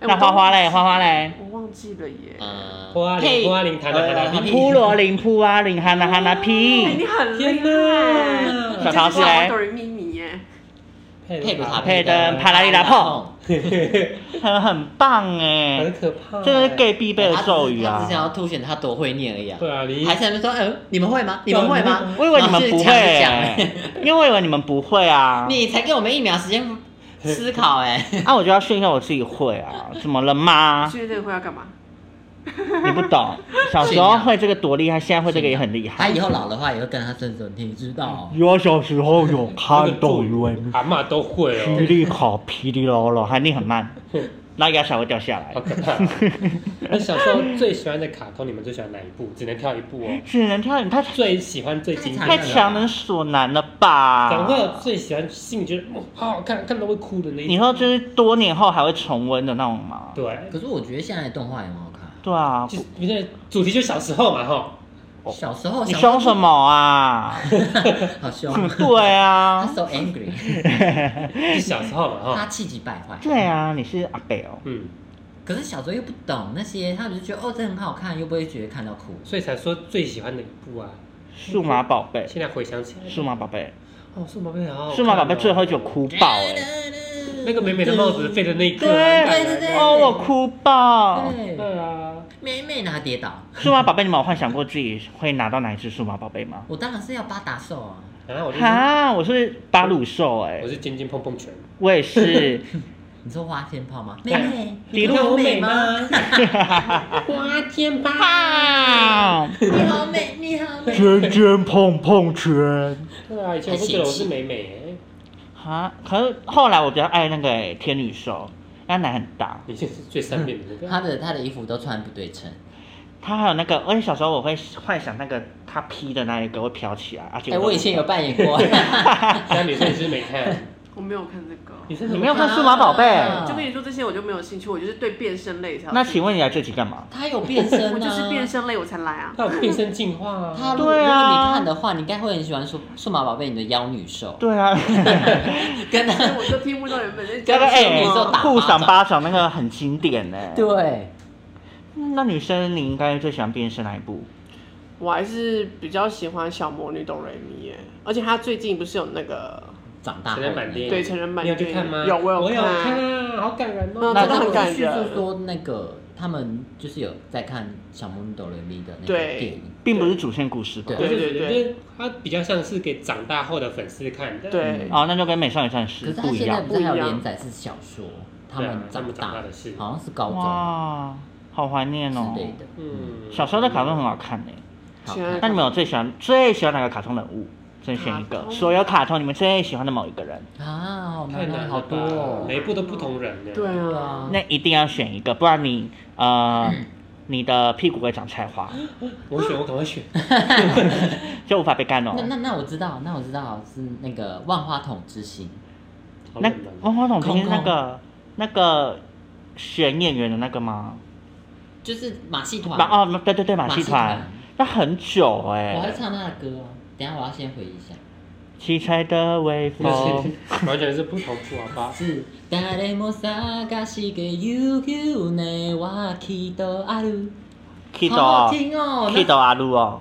[SPEAKER 2] 那
[SPEAKER 4] 我
[SPEAKER 2] 花
[SPEAKER 4] 都
[SPEAKER 2] 花嘞，花花嘞。
[SPEAKER 4] 我忘记了耶。
[SPEAKER 2] 嗯
[SPEAKER 3] 呃，
[SPEAKER 2] 啊
[SPEAKER 1] 波阿
[SPEAKER 3] 配
[SPEAKER 1] 林波阿林弹的
[SPEAKER 3] 呃
[SPEAKER 1] 弹的，
[SPEAKER 2] 扑罗林扑啊，林哈娜哈
[SPEAKER 3] 哦
[SPEAKER 2] 娜
[SPEAKER 4] 哎你
[SPEAKER 2] 皮，
[SPEAKER 4] 很厉
[SPEAKER 1] 天
[SPEAKER 4] 害。
[SPEAKER 1] 哪
[SPEAKER 2] 小桃子嘞
[SPEAKER 4] 哆瑞咪咪耶。
[SPEAKER 3] 佩鲁塔
[SPEAKER 2] 佩登帕拉利达碰，很很棒哎
[SPEAKER 1] 很，可怕。
[SPEAKER 2] 这个是 gay 必备的
[SPEAKER 3] 嗯哦他只是
[SPEAKER 2] 咒语
[SPEAKER 3] 他
[SPEAKER 2] 啊
[SPEAKER 3] 只。想要凸显他多会念而已啊。
[SPEAKER 1] 对啊，啊你
[SPEAKER 3] 还在那边说，嗯，你们会吗？你们会吗？
[SPEAKER 2] 我以为你们不
[SPEAKER 3] 老
[SPEAKER 2] 会、
[SPEAKER 3] 师强制讲 欸
[SPEAKER 2] 欸，因为我以为你们不会啊。
[SPEAKER 3] 你才给我们一秒时间思考哎。
[SPEAKER 2] 啊，我就要炫耀我自己会啊，怎么了吗？
[SPEAKER 4] 确认会要干嘛？
[SPEAKER 2] 你不懂，小时候会这个多厉害，现在会这个也很厉
[SPEAKER 3] 他
[SPEAKER 2] 害
[SPEAKER 3] 以。后老的话也会跟他孙孙听，知道？
[SPEAKER 2] 我小时候有看到一位
[SPEAKER 1] 阿妈都会
[SPEAKER 2] 霹
[SPEAKER 1] 哦，
[SPEAKER 2] 雳考霹雳喽喽，还念很慢，然后牙齿会掉下来
[SPEAKER 1] 好。可怕。那小时候最喜欢的卡通，你们最喜欢哪一部？只能挑一部哦。
[SPEAKER 2] 只能跳，你太
[SPEAKER 1] 最喜欢最
[SPEAKER 3] 啊
[SPEAKER 1] 经典的，
[SPEAKER 2] 太强人所难了吧？
[SPEAKER 1] 讲到最喜欢，心里觉得哦，好好看，看到会哭的那一
[SPEAKER 2] 你
[SPEAKER 1] 种。
[SPEAKER 2] 说就是多年后还会重温的那种吗？
[SPEAKER 1] 对，
[SPEAKER 3] 可是我觉得现在的动画也很好看。
[SPEAKER 2] 对啊
[SPEAKER 1] 就，是你看主题就小时候嘛，哈，
[SPEAKER 3] 小时候
[SPEAKER 2] 你凶什？么啊？
[SPEAKER 3] 好凶！
[SPEAKER 2] 对
[SPEAKER 3] 他
[SPEAKER 2] 啊，
[SPEAKER 3] so angry，
[SPEAKER 1] 就小时候嘛，
[SPEAKER 3] 他
[SPEAKER 1] 哈，
[SPEAKER 3] 气急败坏。
[SPEAKER 2] 对啊，你是阿北哦。
[SPEAKER 1] 嗯，
[SPEAKER 3] 可是小时候又不懂那些，他只是觉得哦这很好看，又不会觉得看到哭。
[SPEAKER 1] 所以才说最喜欢哪一部啊？
[SPEAKER 2] 数码宝贝，
[SPEAKER 1] 现在回想起来，
[SPEAKER 2] 数码宝贝，
[SPEAKER 1] 哦，数码宝贝好好看哦
[SPEAKER 2] 数码宝贝最后就哭爆哎、
[SPEAKER 1] 那个美美的帽子飞的那一刻，
[SPEAKER 2] 对嗯
[SPEAKER 1] 很感人
[SPEAKER 3] 对对
[SPEAKER 2] 哦，我哭爆。
[SPEAKER 3] 对，
[SPEAKER 1] 对啊，
[SPEAKER 3] 妹妹拿跌倒，
[SPEAKER 2] 数码宝贝，你们有幻想过自己会拿到哪一只数码宝贝吗？
[SPEAKER 3] 我当然是要八打兽啊。
[SPEAKER 1] 然后
[SPEAKER 2] 嗯
[SPEAKER 1] 我就是
[SPEAKER 2] 哈，我是巴鲁兽哎、
[SPEAKER 1] 我是尖尖碰碰拳，
[SPEAKER 2] 我也是。
[SPEAKER 3] 你说花仙炮吗？妹
[SPEAKER 4] 啊
[SPEAKER 3] 妹，
[SPEAKER 1] 你
[SPEAKER 3] 你
[SPEAKER 1] 看
[SPEAKER 3] 好
[SPEAKER 1] 我
[SPEAKER 3] 美
[SPEAKER 1] 美
[SPEAKER 3] 吗？
[SPEAKER 1] 吗？花天吧，
[SPEAKER 2] 啊，
[SPEAKER 3] 你好美，你好美。
[SPEAKER 2] 圈圈碰碰圈。
[SPEAKER 1] 对啊，以前我不觉得我是美美欸，
[SPEAKER 2] 啊，可是后来我比较爱那个、欸、天女兽，那奶很大。
[SPEAKER 1] 你现在是最善变的那个，
[SPEAKER 3] 他的他的衣服都穿不对称。
[SPEAKER 2] 它还有那个，而且小时候我会幻想那个它披的那一个会飘起来，而且
[SPEAKER 3] 哎、我以前有扮演过，
[SPEAKER 1] 现在女生是没看，
[SPEAKER 4] 我没有看这个。
[SPEAKER 1] 女生
[SPEAKER 2] 你
[SPEAKER 1] 怎
[SPEAKER 2] 没
[SPEAKER 1] 么
[SPEAKER 2] 有看数码宝贝？
[SPEAKER 3] 啊
[SPEAKER 4] 就跟你说这些我就没有兴趣，我就是对变身类才有
[SPEAKER 2] 那
[SPEAKER 4] 兴趣
[SPEAKER 2] 请问你来这集干嘛？
[SPEAKER 3] 他有变身、啊、
[SPEAKER 4] 我就是变。身类我才来 啊。
[SPEAKER 1] 她有变身进化啊，
[SPEAKER 3] 他如果
[SPEAKER 2] 对啊
[SPEAKER 3] 如果你看的话，你应该会很喜欢数数码宝贝你的妖女兽，
[SPEAKER 2] 对啊，
[SPEAKER 3] 跟
[SPEAKER 4] 所以
[SPEAKER 3] 他
[SPEAKER 4] 哎我就听不懂原本在
[SPEAKER 2] 那
[SPEAKER 4] 讲
[SPEAKER 2] 个
[SPEAKER 4] 什
[SPEAKER 2] 哎
[SPEAKER 3] 女兽
[SPEAKER 4] 么。
[SPEAKER 3] 打巴掌
[SPEAKER 2] 互赏巴掌那个很经典呢、欸。
[SPEAKER 3] 对
[SPEAKER 2] 嗯，那女生你应该最喜欢变身哪一部？
[SPEAKER 4] 我还是比较喜欢小魔女哆瑞咪耶，而且她最近不是有那个
[SPEAKER 3] 长大后
[SPEAKER 1] 成人版电影，
[SPEAKER 4] 对成人版
[SPEAKER 1] 你有去看吗？
[SPEAKER 4] 有我有
[SPEAKER 1] 我有
[SPEAKER 4] 看啊
[SPEAKER 1] 看，好感人
[SPEAKER 4] 那
[SPEAKER 1] 哦。
[SPEAKER 4] 真
[SPEAKER 3] 他
[SPEAKER 4] 的很感
[SPEAKER 3] 叙述
[SPEAKER 4] 人
[SPEAKER 3] 说那个他们就是有在看小魔女斗雷咪的那个
[SPEAKER 4] 对
[SPEAKER 3] 电影，
[SPEAKER 2] 并不是主线故事吧？
[SPEAKER 3] 对
[SPEAKER 1] 对对
[SPEAKER 4] 对对
[SPEAKER 1] 对，它比较像是给长大后的粉丝看的。
[SPEAKER 4] 对，
[SPEAKER 2] 哦，那就跟美少女战
[SPEAKER 3] 可是
[SPEAKER 2] 士
[SPEAKER 3] 他
[SPEAKER 2] 不一
[SPEAKER 3] 现在
[SPEAKER 2] 样。
[SPEAKER 3] 不是还有
[SPEAKER 4] 不一样
[SPEAKER 3] 连载是小说，他
[SPEAKER 1] 对啊
[SPEAKER 3] 们
[SPEAKER 1] 他们长
[SPEAKER 3] 大
[SPEAKER 1] 大的事
[SPEAKER 3] 好像是高中
[SPEAKER 2] 哇，好怀念哦
[SPEAKER 3] 之。类的。
[SPEAKER 1] 嗯，
[SPEAKER 2] 小时候的卡通很好看呢、
[SPEAKER 3] 好
[SPEAKER 4] 现在
[SPEAKER 2] 那你们有最喜欢最喜欢哪个卡通人物？再选一
[SPEAKER 4] 卡
[SPEAKER 2] 个，
[SPEAKER 4] 通
[SPEAKER 2] 所有卡通你们最喜欢的某一个人，
[SPEAKER 3] 啊，好
[SPEAKER 1] 太
[SPEAKER 3] 难
[SPEAKER 1] 难
[SPEAKER 3] 啊，
[SPEAKER 1] 了
[SPEAKER 3] 好多
[SPEAKER 1] 吧
[SPEAKER 3] 哦。
[SPEAKER 1] 每一部都不同人呢。
[SPEAKER 4] 对
[SPEAKER 3] 对
[SPEAKER 4] 啊，
[SPEAKER 3] 啊，
[SPEAKER 2] 那一定要选一个，不然你 呃，你的屁股会长菜花，
[SPEAKER 1] 我选，我赶快选。
[SPEAKER 2] 就无法被干哦
[SPEAKER 3] 那。那那我知道，那我知道是那个万花筒之心，
[SPEAKER 1] 好
[SPEAKER 2] 那哦
[SPEAKER 1] 冷门
[SPEAKER 2] 万花筒今天那个那个选演员的那个吗？
[SPEAKER 3] 就是马戏团，
[SPEAKER 2] 马哦，对对对，马
[SPEAKER 3] 马
[SPEAKER 2] 戏团
[SPEAKER 3] 团，，
[SPEAKER 2] 那很久
[SPEAKER 3] 我还
[SPEAKER 2] 哎、
[SPEAKER 3] 唱他的歌哦。等一下我要先回忆 一下，
[SPEAKER 2] 七彩的微风，
[SPEAKER 1] 完全是不同步好吧？
[SPEAKER 3] 是誰も探して勇気はきっとある。
[SPEAKER 2] Kido
[SPEAKER 3] 好好
[SPEAKER 2] 哦
[SPEAKER 3] 听哦。那
[SPEAKER 2] ，Kido 阿鲁哦，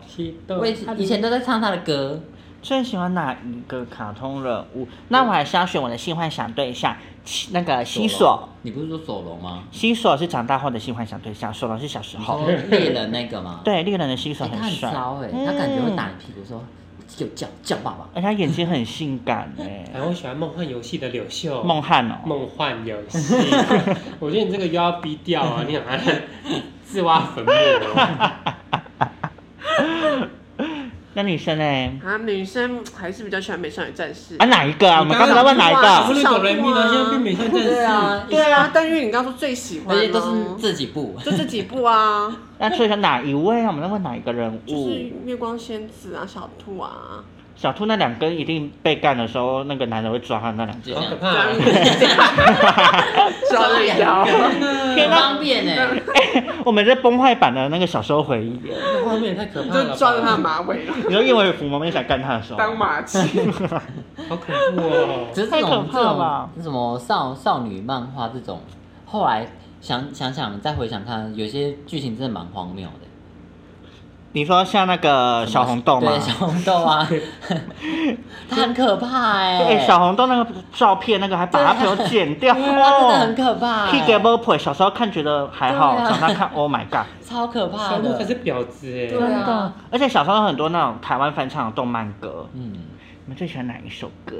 [SPEAKER 3] 我以前以前都在唱他的歌，
[SPEAKER 2] 最喜欢哪一个卡通人物？那我还是要选我的性幻想对象，西那个西索，
[SPEAKER 3] 你不是说索隆吗？
[SPEAKER 2] 西索是长大后的性幻想对象，索隆是小时
[SPEAKER 3] 你
[SPEAKER 2] 候。
[SPEAKER 3] 说猎人那个吗？
[SPEAKER 2] 对，猎人的西索
[SPEAKER 3] 嗯哎，他
[SPEAKER 2] 很
[SPEAKER 3] 很
[SPEAKER 2] 帅，嗯
[SPEAKER 3] 骚哎，他感觉会打你屁股说就叫叫爸爸。
[SPEAKER 2] 而且哎他眼睛很性感哎、
[SPEAKER 1] 然后我喜欢梦幻游戏的柳秀，
[SPEAKER 2] 梦汉哦，
[SPEAKER 1] 梦幻游戏， 我觉得你这个又要逼掉啊！你好像自挖坟墓哦。
[SPEAKER 2] 那女生呢？
[SPEAKER 4] 啊，女生还是比较喜欢美少女战士
[SPEAKER 2] 啊，。哪一个啊？我
[SPEAKER 1] 你
[SPEAKER 2] 们刚
[SPEAKER 1] 刚刚
[SPEAKER 2] 刚在问哪一
[SPEAKER 4] 讲
[SPEAKER 1] 不
[SPEAKER 2] 个？
[SPEAKER 4] 出
[SPEAKER 1] 是哆
[SPEAKER 4] 少部
[SPEAKER 1] 来咪呢，
[SPEAKER 4] 啊
[SPEAKER 1] 现在变美少女战士。
[SPEAKER 3] 对啊，
[SPEAKER 4] 对啊，但因为你刚说最喜欢、
[SPEAKER 3] 而
[SPEAKER 4] 啊，
[SPEAKER 3] 且都是自己部。
[SPEAKER 4] 就这几部啊，
[SPEAKER 2] 那所以说哪一位啊？我们在问哪一个人
[SPEAKER 4] 就是
[SPEAKER 2] 物？
[SPEAKER 4] 月光仙子啊、小兔啊，
[SPEAKER 2] 小兔那两根一定被干的时候，那个男人会抓他那两根。
[SPEAKER 3] 就这
[SPEAKER 1] 好可
[SPEAKER 3] 样，
[SPEAKER 1] 怕啊！
[SPEAKER 4] 抓了腰。
[SPEAKER 3] 很方便哎。
[SPEAKER 2] 我们这崩坏版的那个小时候回忆，
[SPEAKER 1] 那画面也太可怕了吧，
[SPEAKER 4] 就抓着他的马 尾了，
[SPEAKER 2] 你说因为伏魔妹想干他的时候，
[SPEAKER 4] 当 马骑。
[SPEAKER 1] 好恐怖哦！
[SPEAKER 3] 只是这
[SPEAKER 2] 太
[SPEAKER 3] 种
[SPEAKER 2] 可
[SPEAKER 3] 这
[SPEAKER 2] 怕了
[SPEAKER 3] 种什么少少女漫画这种，后来想想想再回想看，有些剧情真的蛮荒谬的。
[SPEAKER 2] 你说像那个小红豆吗
[SPEAKER 3] 对，？小红 豆啊，它很可怕哎、
[SPEAKER 2] 对，小红豆那个照片，那个还把他朋友剪 掉，
[SPEAKER 3] 它啊真的很
[SPEAKER 2] 哦。
[SPEAKER 3] 可怕、
[SPEAKER 2] K
[SPEAKER 3] 欸
[SPEAKER 2] g a，b p o 小时候看觉得还好，
[SPEAKER 3] 对啊
[SPEAKER 2] 长大看 Oh my god，
[SPEAKER 3] 超可
[SPEAKER 2] 啊
[SPEAKER 3] 怕
[SPEAKER 1] 小鹿才
[SPEAKER 3] 的。
[SPEAKER 1] 是婊子
[SPEAKER 3] 对
[SPEAKER 1] 哎！
[SPEAKER 3] 啊
[SPEAKER 2] 真的。而且小时候很多那种台湾翻唱的动漫歌，
[SPEAKER 3] 嗯，
[SPEAKER 2] 你们最喜欢哪一首歌？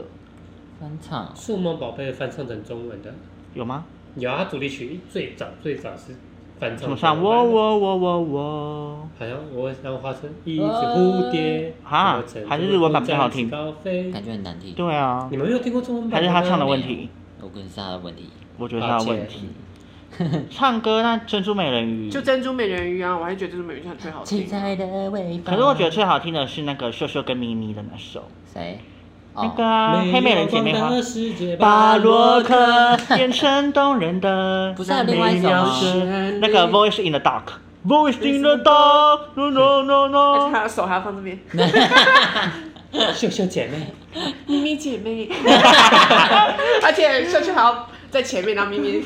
[SPEAKER 3] 翻唱
[SPEAKER 1] 数码宝贝翻唱成中文的，
[SPEAKER 2] 有吗？
[SPEAKER 1] 有啊，主题曲最早最早是翻唱
[SPEAKER 2] 怎
[SPEAKER 1] 中文的。
[SPEAKER 2] 么唱？我我我我我，
[SPEAKER 1] 好像我想化成一只蝴蝶，
[SPEAKER 2] 啊
[SPEAKER 1] 什么成
[SPEAKER 2] 还是日文版比较好听
[SPEAKER 1] 展翅高飞
[SPEAKER 3] 感觉很难听，
[SPEAKER 2] 对啊，
[SPEAKER 1] 你们没有听过中文版 吗？
[SPEAKER 2] 还是他唱的问题？
[SPEAKER 3] 我跟你说他的问题。
[SPEAKER 2] 我觉得他的问
[SPEAKER 1] 抱
[SPEAKER 2] 题。唱歌那珍珠美人鱼，
[SPEAKER 4] 就珍珠美人鱼啊，我还是觉得珍珠美人鱼最好
[SPEAKER 3] 七
[SPEAKER 4] 听、
[SPEAKER 3] 彩的微风。
[SPEAKER 2] 可是我觉得最好听的是那个秀秀跟咪咪的那首，
[SPEAKER 3] 谁？
[SPEAKER 2] 那
[SPEAKER 3] 哦，
[SPEAKER 2] 个啊黑美人姐妹
[SPEAKER 1] 没有
[SPEAKER 2] 花
[SPEAKER 1] 光。的世界
[SPEAKER 2] 把洛克变成动人的
[SPEAKER 3] 不是还有另外一首吗
[SPEAKER 2] 是那个 Voice in the Dark。Voice in the dark, no no no
[SPEAKER 4] 而且
[SPEAKER 2] no。
[SPEAKER 4] 她的手还要放这边，
[SPEAKER 1] 秀秀姐妹，
[SPEAKER 4] 咪咪姐 妹， 而且秀秀还要在前面，然后 咪咪，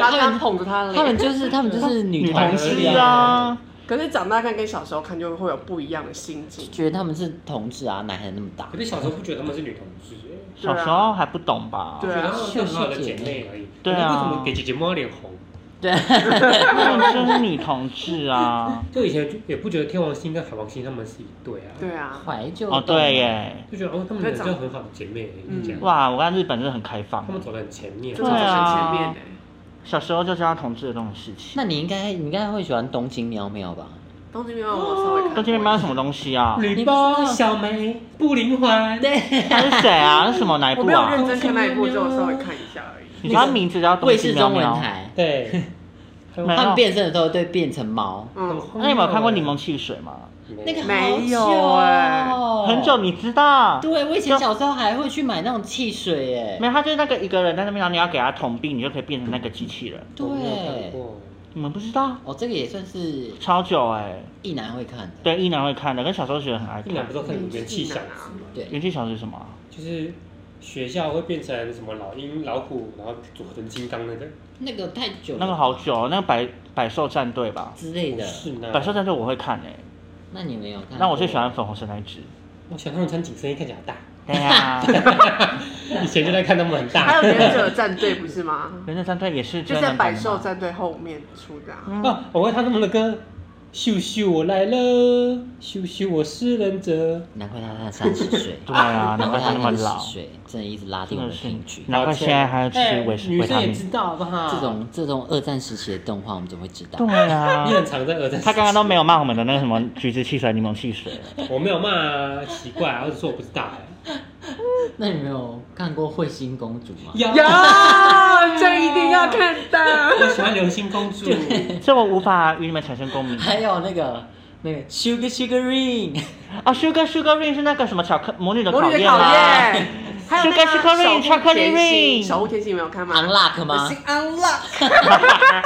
[SPEAKER 4] 她她捧着她的
[SPEAKER 3] 他们
[SPEAKER 4] 脸。
[SPEAKER 3] 就是哎他 们就是女
[SPEAKER 2] 女
[SPEAKER 3] 同
[SPEAKER 2] 同
[SPEAKER 3] 志，
[SPEAKER 2] 志啊，
[SPEAKER 4] 可是长大看跟小时候看就会有不一样的心境。
[SPEAKER 3] 觉得他们是同志啊，奶还那么大
[SPEAKER 1] 可。是小时候不觉得她们是女同志哎，
[SPEAKER 4] 啊
[SPEAKER 2] 小时候还不懂吧？
[SPEAKER 4] 对
[SPEAKER 1] 觉得
[SPEAKER 4] 啊
[SPEAKER 1] 她们是很好的姐妹而已。
[SPEAKER 2] 对啊
[SPEAKER 1] 可是为什么给姐姐摸脸红？
[SPEAKER 3] 对，
[SPEAKER 2] 那种就是女同志啊。
[SPEAKER 1] 就以前就也不觉得天王星跟海王星她们是一对啊，
[SPEAKER 4] 对啊，
[SPEAKER 3] 怀旧
[SPEAKER 2] 哦，
[SPEAKER 3] 动漫
[SPEAKER 2] 对，耶，
[SPEAKER 1] 就觉得哦，她们两个就很好的姐妹而已，
[SPEAKER 4] 嗯
[SPEAKER 1] 这样，
[SPEAKER 2] 哇，我看日本真的很开放
[SPEAKER 1] 她。们走得很前面
[SPEAKER 4] 就。
[SPEAKER 2] 对
[SPEAKER 4] 走在
[SPEAKER 2] 啊
[SPEAKER 4] 前面的、
[SPEAKER 2] 小时候就知道同志的这种事情。
[SPEAKER 3] 那你应该你应该会喜欢东京喵喵吧？
[SPEAKER 4] 东京面包我稍微看过。
[SPEAKER 2] 都今天卖什么东西啊？
[SPEAKER 1] 吕包小梅不灵魂，
[SPEAKER 3] 对，
[SPEAKER 2] 他是谁啊？那是什么哪一
[SPEAKER 4] 我
[SPEAKER 2] 部
[SPEAKER 4] 没有
[SPEAKER 2] 啊
[SPEAKER 4] 认？真看那一部，就我稍微看一下而已。
[SPEAKER 2] 你知道名字叫东
[SPEAKER 3] 卫
[SPEAKER 2] 西
[SPEAKER 3] 视
[SPEAKER 2] 喵
[SPEAKER 3] 中文
[SPEAKER 2] 喵。
[SPEAKER 3] 台，
[SPEAKER 1] 对，
[SPEAKER 2] 没
[SPEAKER 3] 他们
[SPEAKER 2] 有。
[SPEAKER 3] 变身的时候对变成猫，
[SPEAKER 4] 嗯，
[SPEAKER 2] 那你们有
[SPEAKER 1] 啊
[SPEAKER 2] 看过柠檬汽水吗？
[SPEAKER 3] 那个好
[SPEAKER 4] 没有
[SPEAKER 3] 久哦
[SPEAKER 2] 欸很久，。你知道？
[SPEAKER 3] 对，我以前小时候还会去买那种汽水，哎，
[SPEAKER 2] 没有，他就是那个一个人在那边，然后你要给他捅病，你就可以变成那个机器人。
[SPEAKER 1] 我没有看
[SPEAKER 3] 对，
[SPEAKER 1] 过啊
[SPEAKER 2] 你们不知道？
[SPEAKER 3] 哦，这个也算是
[SPEAKER 2] 超久哎、
[SPEAKER 3] 一男会看的，
[SPEAKER 2] 对，一男会看的，跟小时候学很爱
[SPEAKER 1] 你们俩
[SPEAKER 2] 看
[SPEAKER 1] 不。都看元气小子吗？
[SPEAKER 3] 对
[SPEAKER 2] 元气小子是什么啊？
[SPEAKER 1] 就是学校会变成什么老鹰、老虎，然后组合成金刚那个，
[SPEAKER 3] 那个太久了，
[SPEAKER 2] 那个好久哦、那个百百兽战队吧。
[SPEAKER 3] 之类
[SPEAKER 1] 不
[SPEAKER 3] 的。
[SPEAKER 1] 是呢？
[SPEAKER 2] 百兽战队我会看哎、
[SPEAKER 3] 那你没有看过？
[SPEAKER 2] 那我最喜欢粉红色那一只。
[SPEAKER 1] 我想他们穿紧身衣看起来好大，
[SPEAKER 2] 对呀、
[SPEAKER 1] 以前就在看他们很
[SPEAKER 4] 还
[SPEAKER 1] 大。
[SPEAKER 4] 有忍者战队不是吗？
[SPEAKER 2] 忍者战队也是
[SPEAKER 4] 就
[SPEAKER 2] 真
[SPEAKER 4] 是
[SPEAKER 2] 人版
[SPEAKER 4] 在
[SPEAKER 2] 的
[SPEAKER 4] 百
[SPEAKER 2] 吗
[SPEAKER 4] 兽战队后面出的、啊。
[SPEAKER 2] 嗯，，
[SPEAKER 1] 啊，我会唱他们的歌，咻咻我来了，咻咻我是忍者。
[SPEAKER 3] 难怪他才三十岁
[SPEAKER 2] 对啊，难
[SPEAKER 3] 难
[SPEAKER 2] 怪
[SPEAKER 3] 怪
[SPEAKER 2] 他
[SPEAKER 3] 他
[SPEAKER 2] 那么
[SPEAKER 3] 三
[SPEAKER 2] 老
[SPEAKER 3] 十，岁，真的一直拉低
[SPEAKER 2] 真
[SPEAKER 3] 我们
[SPEAKER 2] 的
[SPEAKER 3] 的
[SPEAKER 2] 是
[SPEAKER 3] 平均。。
[SPEAKER 2] 难怪现在还要吃
[SPEAKER 1] 哎
[SPEAKER 2] 维
[SPEAKER 1] 女
[SPEAKER 2] 维
[SPEAKER 1] 生
[SPEAKER 2] 他
[SPEAKER 1] 也
[SPEAKER 2] 命。
[SPEAKER 1] 知道好不好？
[SPEAKER 3] 这种这种二战时期的动画，我们怎么会知道？
[SPEAKER 2] 对啊
[SPEAKER 1] 你，很常在耳在。
[SPEAKER 2] 他刚刚都没有骂我们的那个什么橘子汽水、柠檬汽水。
[SPEAKER 1] 有，我没有骂啊，奇怪啊，我只说我不知道哎。
[SPEAKER 3] 那你没有看过《彗星公主》吗？
[SPEAKER 1] 有
[SPEAKER 4] 有，这一定要看的。
[SPEAKER 1] 我喜欢流星公主，
[SPEAKER 2] 这我无法与你们产生共 鸣。
[SPEAKER 3] 还有那个那个 Sugar Sugar Ring，
[SPEAKER 2] 啊，Sugar Sugar Ring 是那个什么巧克魔女的
[SPEAKER 4] 魔
[SPEAKER 2] 考
[SPEAKER 4] 女的
[SPEAKER 2] 验
[SPEAKER 4] 考
[SPEAKER 2] 啊。
[SPEAKER 4] 验，还有那个
[SPEAKER 2] Sugar Sugar Ring，
[SPEAKER 4] 守护
[SPEAKER 2] 巧克力
[SPEAKER 4] 甜心
[SPEAKER 2] Ring
[SPEAKER 4] 守护甜心有没有看吗
[SPEAKER 3] Unlock 吗
[SPEAKER 4] 我心 unlock，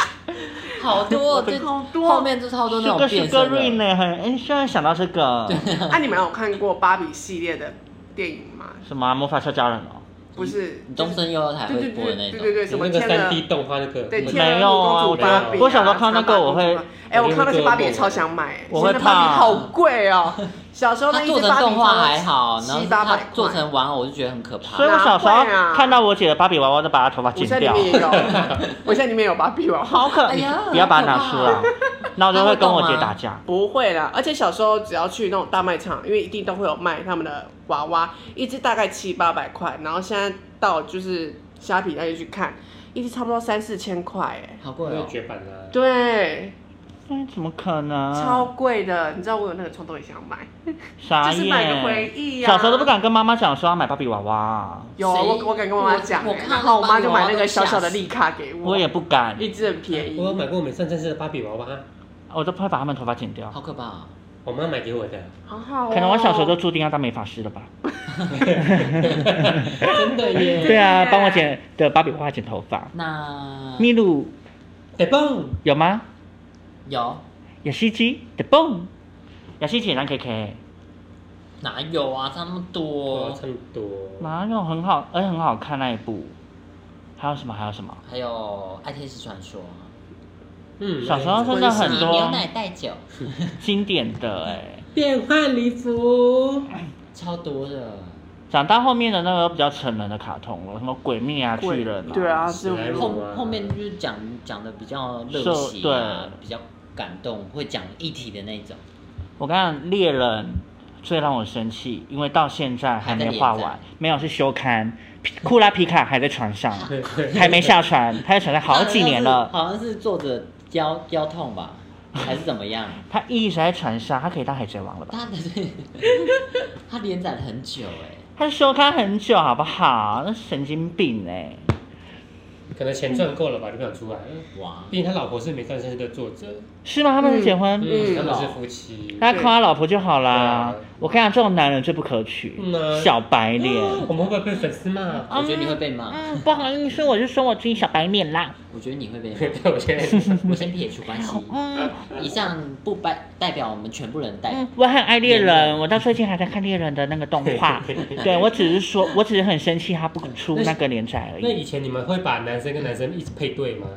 [SPEAKER 3] 好多，对，
[SPEAKER 4] 好多
[SPEAKER 3] 后面就超多那种
[SPEAKER 2] 个
[SPEAKER 3] 变
[SPEAKER 2] 是
[SPEAKER 3] 色
[SPEAKER 2] 个
[SPEAKER 3] 的。
[SPEAKER 2] 瑞呢，很哎，虽然想到这个
[SPEAKER 4] 啊，你们有看过芭比系列的电影吗？
[SPEAKER 2] 什么啊魔法俏佳人哦，
[SPEAKER 4] 不是，
[SPEAKER 3] 你东森幼儿台
[SPEAKER 4] 对
[SPEAKER 3] 会
[SPEAKER 4] 对
[SPEAKER 3] 播
[SPEAKER 4] 对
[SPEAKER 3] 的那
[SPEAKER 4] 对
[SPEAKER 3] 种。
[SPEAKER 4] 对对，什么
[SPEAKER 1] 那个
[SPEAKER 4] 天
[SPEAKER 1] 三
[SPEAKER 4] 鹅
[SPEAKER 1] D 动画那个，
[SPEAKER 4] 对，
[SPEAKER 1] 那
[SPEAKER 4] 天啊
[SPEAKER 1] 个
[SPEAKER 4] 鹅
[SPEAKER 2] 没有啊
[SPEAKER 4] 公主芭比、
[SPEAKER 1] 我
[SPEAKER 4] 啊，
[SPEAKER 1] 我
[SPEAKER 2] 小时候看那个我会
[SPEAKER 4] 长发公主啊哎，我看那些芭比也超想买，
[SPEAKER 2] 我会
[SPEAKER 4] 现在芭比
[SPEAKER 2] 怕
[SPEAKER 4] 好贵哦。小时候那
[SPEAKER 3] 它
[SPEAKER 4] 一
[SPEAKER 3] 做
[SPEAKER 4] 只
[SPEAKER 3] 成
[SPEAKER 4] 芭比
[SPEAKER 3] 动画还好，然后
[SPEAKER 4] 七
[SPEAKER 3] 是
[SPEAKER 4] 八
[SPEAKER 3] 它
[SPEAKER 4] 百
[SPEAKER 3] 做
[SPEAKER 4] 块
[SPEAKER 3] 成玩偶，我就觉得很可怕
[SPEAKER 2] 所以。我小时
[SPEAKER 4] 哪
[SPEAKER 2] 候
[SPEAKER 4] 会啊
[SPEAKER 2] 看到我姐的芭比娃娃都把她头发
[SPEAKER 4] 我
[SPEAKER 2] 剪
[SPEAKER 4] 现在里
[SPEAKER 2] 掉，
[SPEAKER 4] 面也有，我现在里面有芭比哦娃娃。
[SPEAKER 2] 好可，
[SPEAKER 3] 哎
[SPEAKER 2] 你
[SPEAKER 3] 呀
[SPEAKER 2] 不要把它拿出来，那我就会跟我姐打架。
[SPEAKER 4] 不会啦，而且小时候只要去那种大卖场，因为一定都会有卖他们的娃娃，一只大概七八百块，然后现在到就是虾皮那里去看，一只差不多三四千块，哎，
[SPEAKER 3] 好贵
[SPEAKER 1] 那
[SPEAKER 3] 哦
[SPEAKER 1] 个！绝版啊，
[SPEAKER 4] 对，
[SPEAKER 2] 嗯，怎么可能？
[SPEAKER 4] 啊超贵的。你知道我有那个冲动也想买，
[SPEAKER 2] 傻
[SPEAKER 4] 就是买个回
[SPEAKER 2] 眼。
[SPEAKER 4] 忆呀、啊
[SPEAKER 2] 小时候都不。敢跟妈妈讲说要买芭比娃娃，
[SPEAKER 4] 有啊，
[SPEAKER 3] 谁
[SPEAKER 4] 我我敢跟我妈讲、
[SPEAKER 3] 我
[SPEAKER 4] 欸
[SPEAKER 3] 看
[SPEAKER 4] 然后我妈就买
[SPEAKER 3] 芭比娃
[SPEAKER 4] 那
[SPEAKER 3] 娃
[SPEAKER 4] 个
[SPEAKER 3] 都
[SPEAKER 4] 小小
[SPEAKER 3] 吓
[SPEAKER 4] 的
[SPEAKER 3] 死
[SPEAKER 4] 利卡给我，
[SPEAKER 2] 我也不敢，
[SPEAKER 4] 一只很便宜。
[SPEAKER 1] 我有买过美上战士的芭比娃娃，
[SPEAKER 2] 我都不会把他们头发剪掉。
[SPEAKER 3] 好可怕哦！
[SPEAKER 1] 我妈买给我 的，
[SPEAKER 4] 好好、哦，
[SPEAKER 2] 可能我小时候就注定要当美发师了吧？
[SPEAKER 1] 真的耶，
[SPEAKER 2] 对啊，帮我剪的芭比娃娃剪头发。
[SPEAKER 3] 那
[SPEAKER 2] 秘鲁
[SPEAKER 1] 得蹦，
[SPEAKER 2] 有吗？
[SPEAKER 3] 有
[SPEAKER 2] 雅西基的蹦，雅西基让 K K，
[SPEAKER 3] 哪有啊？差那么
[SPEAKER 1] 我
[SPEAKER 3] 多
[SPEAKER 1] 要，唱多，
[SPEAKER 2] 哪有很好，而且很好看那一部。还有什么？还有什么？
[SPEAKER 3] 还有《爱天使传说
[SPEAKER 1] 嗯，
[SPEAKER 2] 小时候真的》，很
[SPEAKER 3] 以牛
[SPEAKER 2] 多
[SPEAKER 3] 奶代酒，
[SPEAKER 2] 经典的哎、
[SPEAKER 1] 变换礼服，
[SPEAKER 3] 超多的。
[SPEAKER 2] 长大后面的那个比较成人的卡通了，什么鬼灭啊、巨人啊，
[SPEAKER 4] 对啊，是
[SPEAKER 1] 史莱姆
[SPEAKER 3] 后
[SPEAKER 1] 啊
[SPEAKER 3] 后面就是讲讲的比较热
[SPEAKER 2] 是
[SPEAKER 3] 血啊
[SPEAKER 2] 对，
[SPEAKER 3] 比较感动，会讲议题的那种。
[SPEAKER 2] 我刚刚猎人最让我生气，因为到现在还没画完
[SPEAKER 3] 还在连载，
[SPEAKER 2] 没有是休刊，皮库拉皮卡还在船上，还没下船，他在船上好几年 了，
[SPEAKER 3] 好像是作者腰腰痛吧，还是怎么样？
[SPEAKER 2] 他一直在船上，他可以当海贼王了吧？
[SPEAKER 3] 他 他连载了很久哎、
[SPEAKER 2] 他休刊很久好不好？那神经病哎、
[SPEAKER 1] 可能钱赚够了吧，就不想出来。
[SPEAKER 3] 哇，
[SPEAKER 1] 毕竟他老婆是美上战士的作者，
[SPEAKER 2] 是吗？他们是结婚？
[SPEAKER 1] 嗯，他们是夫妻。
[SPEAKER 2] 他夸老婆就好啦
[SPEAKER 1] 对啊。
[SPEAKER 2] 我跟你讲，这种男人最不可取，
[SPEAKER 1] 嗯啊
[SPEAKER 2] 小白脸。
[SPEAKER 1] 我们会不会被粉丝 骂？
[SPEAKER 3] 我觉得你会被骂，
[SPEAKER 2] 嗯，不好意思，我就说我自己小白脸啦。
[SPEAKER 3] 我觉得你会被
[SPEAKER 1] 对
[SPEAKER 3] 骂。，
[SPEAKER 1] 我现在
[SPEAKER 3] 我先撇除关系，
[SPEAKER 2] 嗯
[SPEAKER 3] 以上不代代表我们全部人代
[SPEAKER 2] 嗯，我很爱猎人，我到最近还在看猎人的那个动画。对，我只是说， 我只是很生气他不出那个连载而
[SPEAKER 1] 那以
[SPEAKER 2] 已。
[SPEAKER 1] 前你们会把男生跟男生一直配对吗？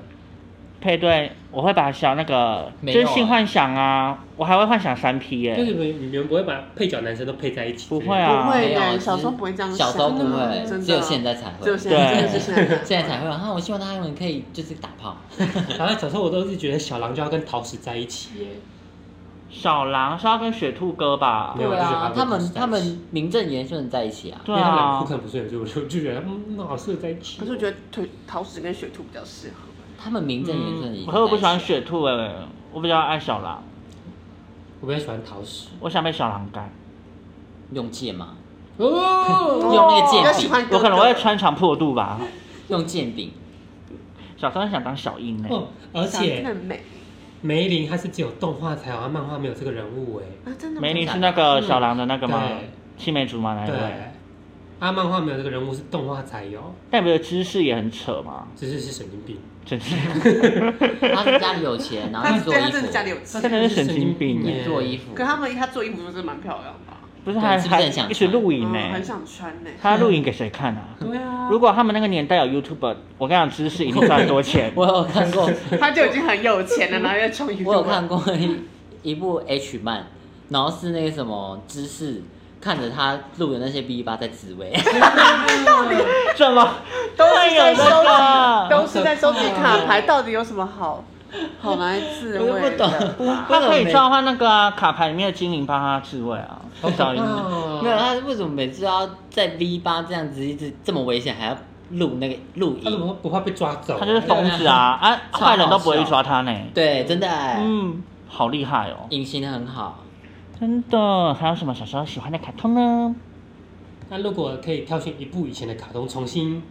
[SPEAKER 2] 配对，我会把小那个
[SPEAKER 3] 没有啊
[SPEAKER 2] 真性幻想啊，我还会幻想三 P
[SPEAKER 1] 就
[SPEAKER 2] 耶。
[SPEAKER 1] 是你们不会把配角男生都配在一起？
[SPEAKER 2] 不会啊
[SPEAKER 4] 不会
[SPEAKER 3] 没有
[SPEAKER 4] 耶
[SPEAKER 3] 就是
[SPEAKER 4] 小时候不会这样想
[SPEAKER 3] 小时候不
[SPEAKER 4] 真的
[SPEAKER 3] 会，
[SPEAKER 4] 吗
[SPEAKER 3] 只有现在才会，
[SPEAKER 4] 只有现在，真啊
[SPEAKER 2] 对
[SPEAKER 4] 的是 现在。
[SPEAKER 3] 现在才会。然啊后我希望他们可以就是打炮，
[SPEAKER 1] 然后小时候我都是觉得小狼就要跟桃矢在一起耶，
[SPEAKER 2] 小狼是要跟雪兔哥吧
[SPEAKER 1] 没？有
[SPEAKER 3] 对啊，
[SPEAKER 1] 就是他
[SPEAKER 3] 他
[SPEAKER 1] 们
[SPEAKER 3] 们他们名正言顺地在一起啊。
[SPEAKER 1] 因
[SPEAKER 2] 对
[SPEAKER 1] 为他们俩
[SPEAKER 2] 啊
[SPEAKER 1] 不，肯不顺眼，所以我就就觉得嗯，那好适合在一起。
[SPEAKER 4] 可是我觉得腿桃矢跟雪兔比较适合。
[SPEAKER 3] 他们名正言
[SPEAKER 1] 嗯
[SPEAKER 3] 顺地在一起。啊
[SPEAKER 2] 可是我不喜欢雪兔哎，我比较爱小狼，
[SPEAKER 1] 我比较喜欢桃矢
[SPEAKER 2] 我想被小狼干。
[SPEAKER 3] 用剑嘛，
[SPEAKER 1] 哦，
[SPEAKER 3] 用那个
[SPEAKER 4] 比
[SPEAKER 3] 剑
[SPEAKER 4] 较
[SPEAKER 3] 笔
[SPEAKER 4] 喜欢哥
[SPEAKER 2] 我可
[SPEAKER 4] 哥
[SPEAKER 2] 能会穿肠破肚吧。
[SPEAKER 3] 用剑柄。
[SPEAKER 2] 小时候很想当小樱呢、
[SPEAKER 1] 哦，而
[SPEAKER 4] 长得
[SPEAKER 1] 且
[SPEAKER 4] 很美
[SPEAKER 1] 梅林她是只有动画才有，她漫画没有这个人物哎。
[SPEAKER 4] 啊，真的吗
[SPEAKER 2] 梅林是那个小狼的那个吗
[SPEAKER 1] 嗯对？
[SPEAKER 2] 青梅竹马那一位，
[SPEAKER 1] 对，她漫画没有这个人物是动画才有，
[SPEAKER 2] 但你不的知识也很扯嘛，
[SPEAKER 1] 只是是神经病。
[SPEAKER 2] 真是
[SPEAKER 3] 他是家里有钱，然后
[SPEAKER 4] 他
[SPEAKER 3] 去
[SPEAKER 4] 是
[SPEAKER 3] 做
[SPEAKER 4] 对他
[SPEAKER 3] 衣
[SPEAKER 4] 真的家里
[SPEAKER 3] 服，
[SPEAKER 2] 真
[SPEAKER 4] 有
[SPEAKER 2] 的
[SPEAKER 4] 钱，
[SPEAKER 2] 是神经病耶
[SPEAKER 1] 耶
[SPEAKER 3] 做衣服
[SPEAKER 4] 可。他们他做衣服真的蛮漂亮的啊，
[SPEAKER 2] 不是还
[SPEAKER 3] 是不是
[SPEAKER 2] 还
[SPEAKER 3] 很想
[SPEAKER 2] 一直录影呢、
[SPEAKER 4] 嗯很想穿呢。
[SPEAKER 2] 他录影给谁看啊？
[SPEAKER 4] 对啊，
[SPEAKER 2] 如果他们那个年代有 YouTube，我跟你讲，知识一定赚很多钱
[SPEAKER 3] 。我有看过，
[SPEAKER 4] 他就已经很有钱 了，然后又穿衣服。
[SPEAKER 3] 我有看过一一部 H 漫，然后是那个什么姿势，看着他录的那些 B 八在自慰，
[SPEAKER 2] 怎么
[SPEAKER 4] 都是在
[SPEAKER 2] 有
[SPEAKER 4] 收
[SPEAKER 2] 那
[SPEAKER 4] 集，
[SPEAKER 2] 个？
[SPEAKER 4] 都是在收集卡牌，到底有什么好好拿来自
[SPEAKER 3] 我
[SPEAKER 4] 慰
[SPEAKER 3] 都不懂
[SPEAKER 4] 的吧？
[SPEAKER 2] 他可以召唤那个啊、卡牌里面的精灵帮他自卫啊，
[SPEAKER 3] 哦
[SPEAKER 2] 小樱。
[SPEAKER 3] 没
[SPEAKER 1] 没
[SPEAKER 3] 有他为什么每次都要在 V 八这样子一直这么危险，还要录那个录
[SPEAKER 1] 他怎
[SPEAKER 3] 影？
[SPEAKER 1] 么不怕被抓走？
[SPEAKER 2] 他就是疯子啊！啊，
[SPEAKER 3] 超
[SPEAKER 2] 坏人都不会去
[SPEAKER 3] 好笑
[SPEAKER 2] 抓他呢。
[SPEAKER 3] 对，真的、
[SPEAKER 2] 嗯，好厉害哦！
[SPEAKER 3] 隐形的很好。
[SPEAKER 2] 真的，还有什么小时候喜欢的卡通呢？
[SPEAKER 1] 那如果可以挑选一部以前的卡通重新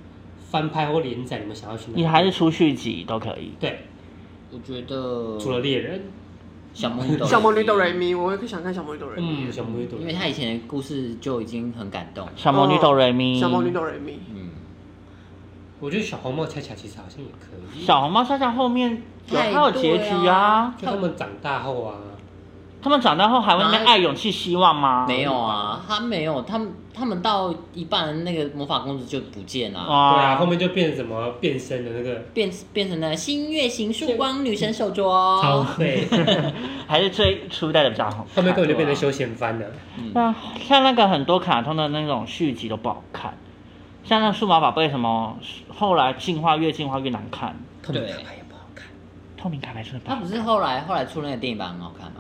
[SPEAKER 1] 翻拍或连载，你们想要去哪一部？
[SPEAKER 2] 你还是出续集都可以。
[SPEAKER 1] 对，
[SPEAKER 3] 我觉得
[SPEAKER 1] 除了猎人，
[SPEAKER 3] 小魔女，
[SPEAKER 4] 小魔女哆瑞，咪，我也想看小魔女哆瑞咪。
[SPEAKER 1] 嗯，小魔女朵
[SPEAKER 3] 因为他以前的故事就已经很感动。
[SPEAKER 4] 哦
[SPEAKER 2] 小魔女哆瑞咪，
[SPEAKER 4] 小魔女哆瑞咪，
[SPEAKER 3] 嗯，
[SPEAKER 1] 我觉得小红帽恰恰其实好像也可以，
[SPEAKER 2] 小红帽恰恰后面有
[SPEAKER 3] 太
[SPEAKER 2] 还有
[SPEAKER 3] 多
[SPEAKER 2] 结
[SPEAKER 3] 了
[SPEAKER 2] 局啊，
[SPEAKER 1] 就他们长大后啊，
[SPEAKER 2] 他们长大后还会那边
[SPEAKER 3] 然后
[SPEAKER 2] 爱、勇气、希望吗？
[SPEAKER 3] 没有啊，他没有，他们他们到一半那个魔法公主就不见了、
[SPEAKER 1] 对啊，
[SPEAKER 2] 啊
[SPEAKER 1] 后，面就变什么变身的那个
[SPEAKER 3] 变变成了新月形束光女神手镯，
[SPEAKER 1] 超废，
[SPEAKER 2] 还是最初代的比较好
[SPEAKER 1] 后
[SPEAKER 2] 看。
[SPEAKER 1] 面根本就变成休闲番了。
[SPEAKER 3] 嗯，
[SPEAKER 2] 那像那个很多卡通的那种续集都不好看，像那数码宝贝什么，后来进化越进化越难看，
[SPEAKER 1] 透明
[SPEAKER 3] 对
[SPEAKER 1] 卡牌也不好看，
[SPEAKER 2] 透明卡牌是
[SPEAKER 3] 他不是后来后来出那个电影版很好看吗？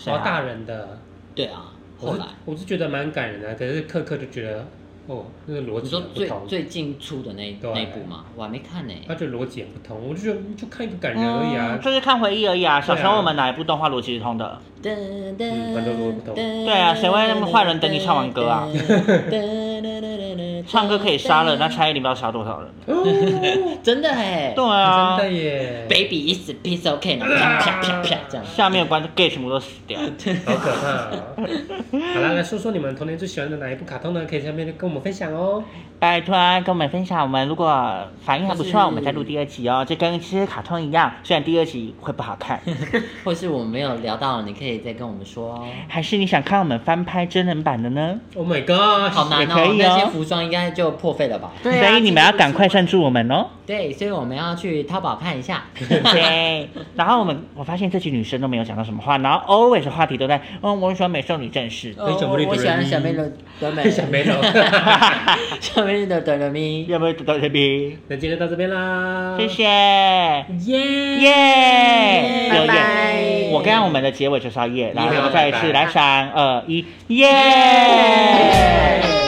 [SPEAKER 2] 谁
[SPEAKER 1] 哦，大
[SPEAKER 2] 啊？
[SPEAKER 1] 人的，
[SPEAKER 3] 对啊，后
[SPEAKER 1] 我是
[SPEAKER 3] 来
[SPEAKER 1] 我是觉得蛮感人的，可是克克就觉得哦，那个逻
[SPEAKER 3] 你
[SPEAKER 1] 辑
[SPEAKER 3] 说
[SPEAKER 1] 很不
[SPEAKER 3] 最
[SPEAKER 1] 同，
[SPEAKER 3] 最近出的那
[SPEAKER 1] 对
[SPEAKER 3] 那一部吗？我还没看呢、
[SPEAKER 1] 他觉得逻辑很不同，我就觉得就看一个感人而已啊
[SPEAKER 2] 嗯，就是看回忆而已啊。小时候
[SPEAKER 1] 对啊哦
[SPEAKER 2] 我们哪一部动画逻辑是通的？
[SPEAKER 3] 噔噔
[SPEAKER 1] 嗯反正我不懂
[SPEAKER 3] 对
[SPEAKER 2] 对啊谁会那么坏人等你唱完歌啊？唱歌可以杀人，那蔡依林不知道杀多少人。
[SPEAKER 1] 哦
[SPEAKER 3] 真的哎、
[SPEAKER 2] 对啊
[SPEAKER 1] 真，的耶，
[SPEAKER 3] ，Baby is a piece of cake，然后啪啪啪啪这样。
[SPEAKER 2] 下面的观众 gay 全部都死掉。
[SPEAKER 1] 好可怕 哦！好了，来说说你们童年最喜欢的哪一部卡通呢？可以下面跟我们分享哦。
[SPEAKER 2] 拜托啊，跟我们分享，我们如果反应还不
[SPEAKER 3] 就
[SPEAKER 2] 错，
[SPEAKER 3] 是
[SPEAKER 2] 我们再录第二集哦。就跟这些卡通一样，虽然第二集会不好看，
[SPEAKER 3] 或是我们没有聊到，你可以再跟我们说哦。
[SPEAKER 2] 还是你想看我们翻拍真人版的呢？
[SPEAKER 1] Oh my god！
[SPEAKER 3] 好难
[SPEAKER 2] 也可
[SPEAKER 3] 哦，
[SPEAKER 2] 以哦
[SPEAKER 3] 那些服装应该就破费了吧？
[SPEAKER 4] 对啊
[SPEAKER 2] 所以你们要赶快赞助我们哦。
[SPEAKER 3] 对，所以我们要去淘宝看一下。
[SPEAKER 2] 对，然后我们我发现这群女生都没有讲到什么话，然后 always 话题都在，嗯，我喜欢美少女战士，
[SPEAKER 3] 哦
[SPEAKER 1] 非常不利
[SPEAKER 3] 我我喜欢
[SPEAKER 1] 哆
[SPEAKER 3] 小
[SPEAKER 1] 来咪
[SPEAKER 3] 妹的短美，
[SPEAKER 1] 想没有。
[SPEAKER 3] 小妹的短短咪。
[SPEAKER 2] 要不要读到这边？
[SPEAKER 1] 那今天就到这边啦，
[SPEAKER 2] 谢谢。
[SPEAKER 3] 耶
[SPEAKER 2] 耶！有
[SPEAKER 4] 拜拜
[SPEAKER 2] 耶！我刚刚我们的结尾就是要耶，然后我们再一次来，三二一，耶！
[SPEAKER 3] 耶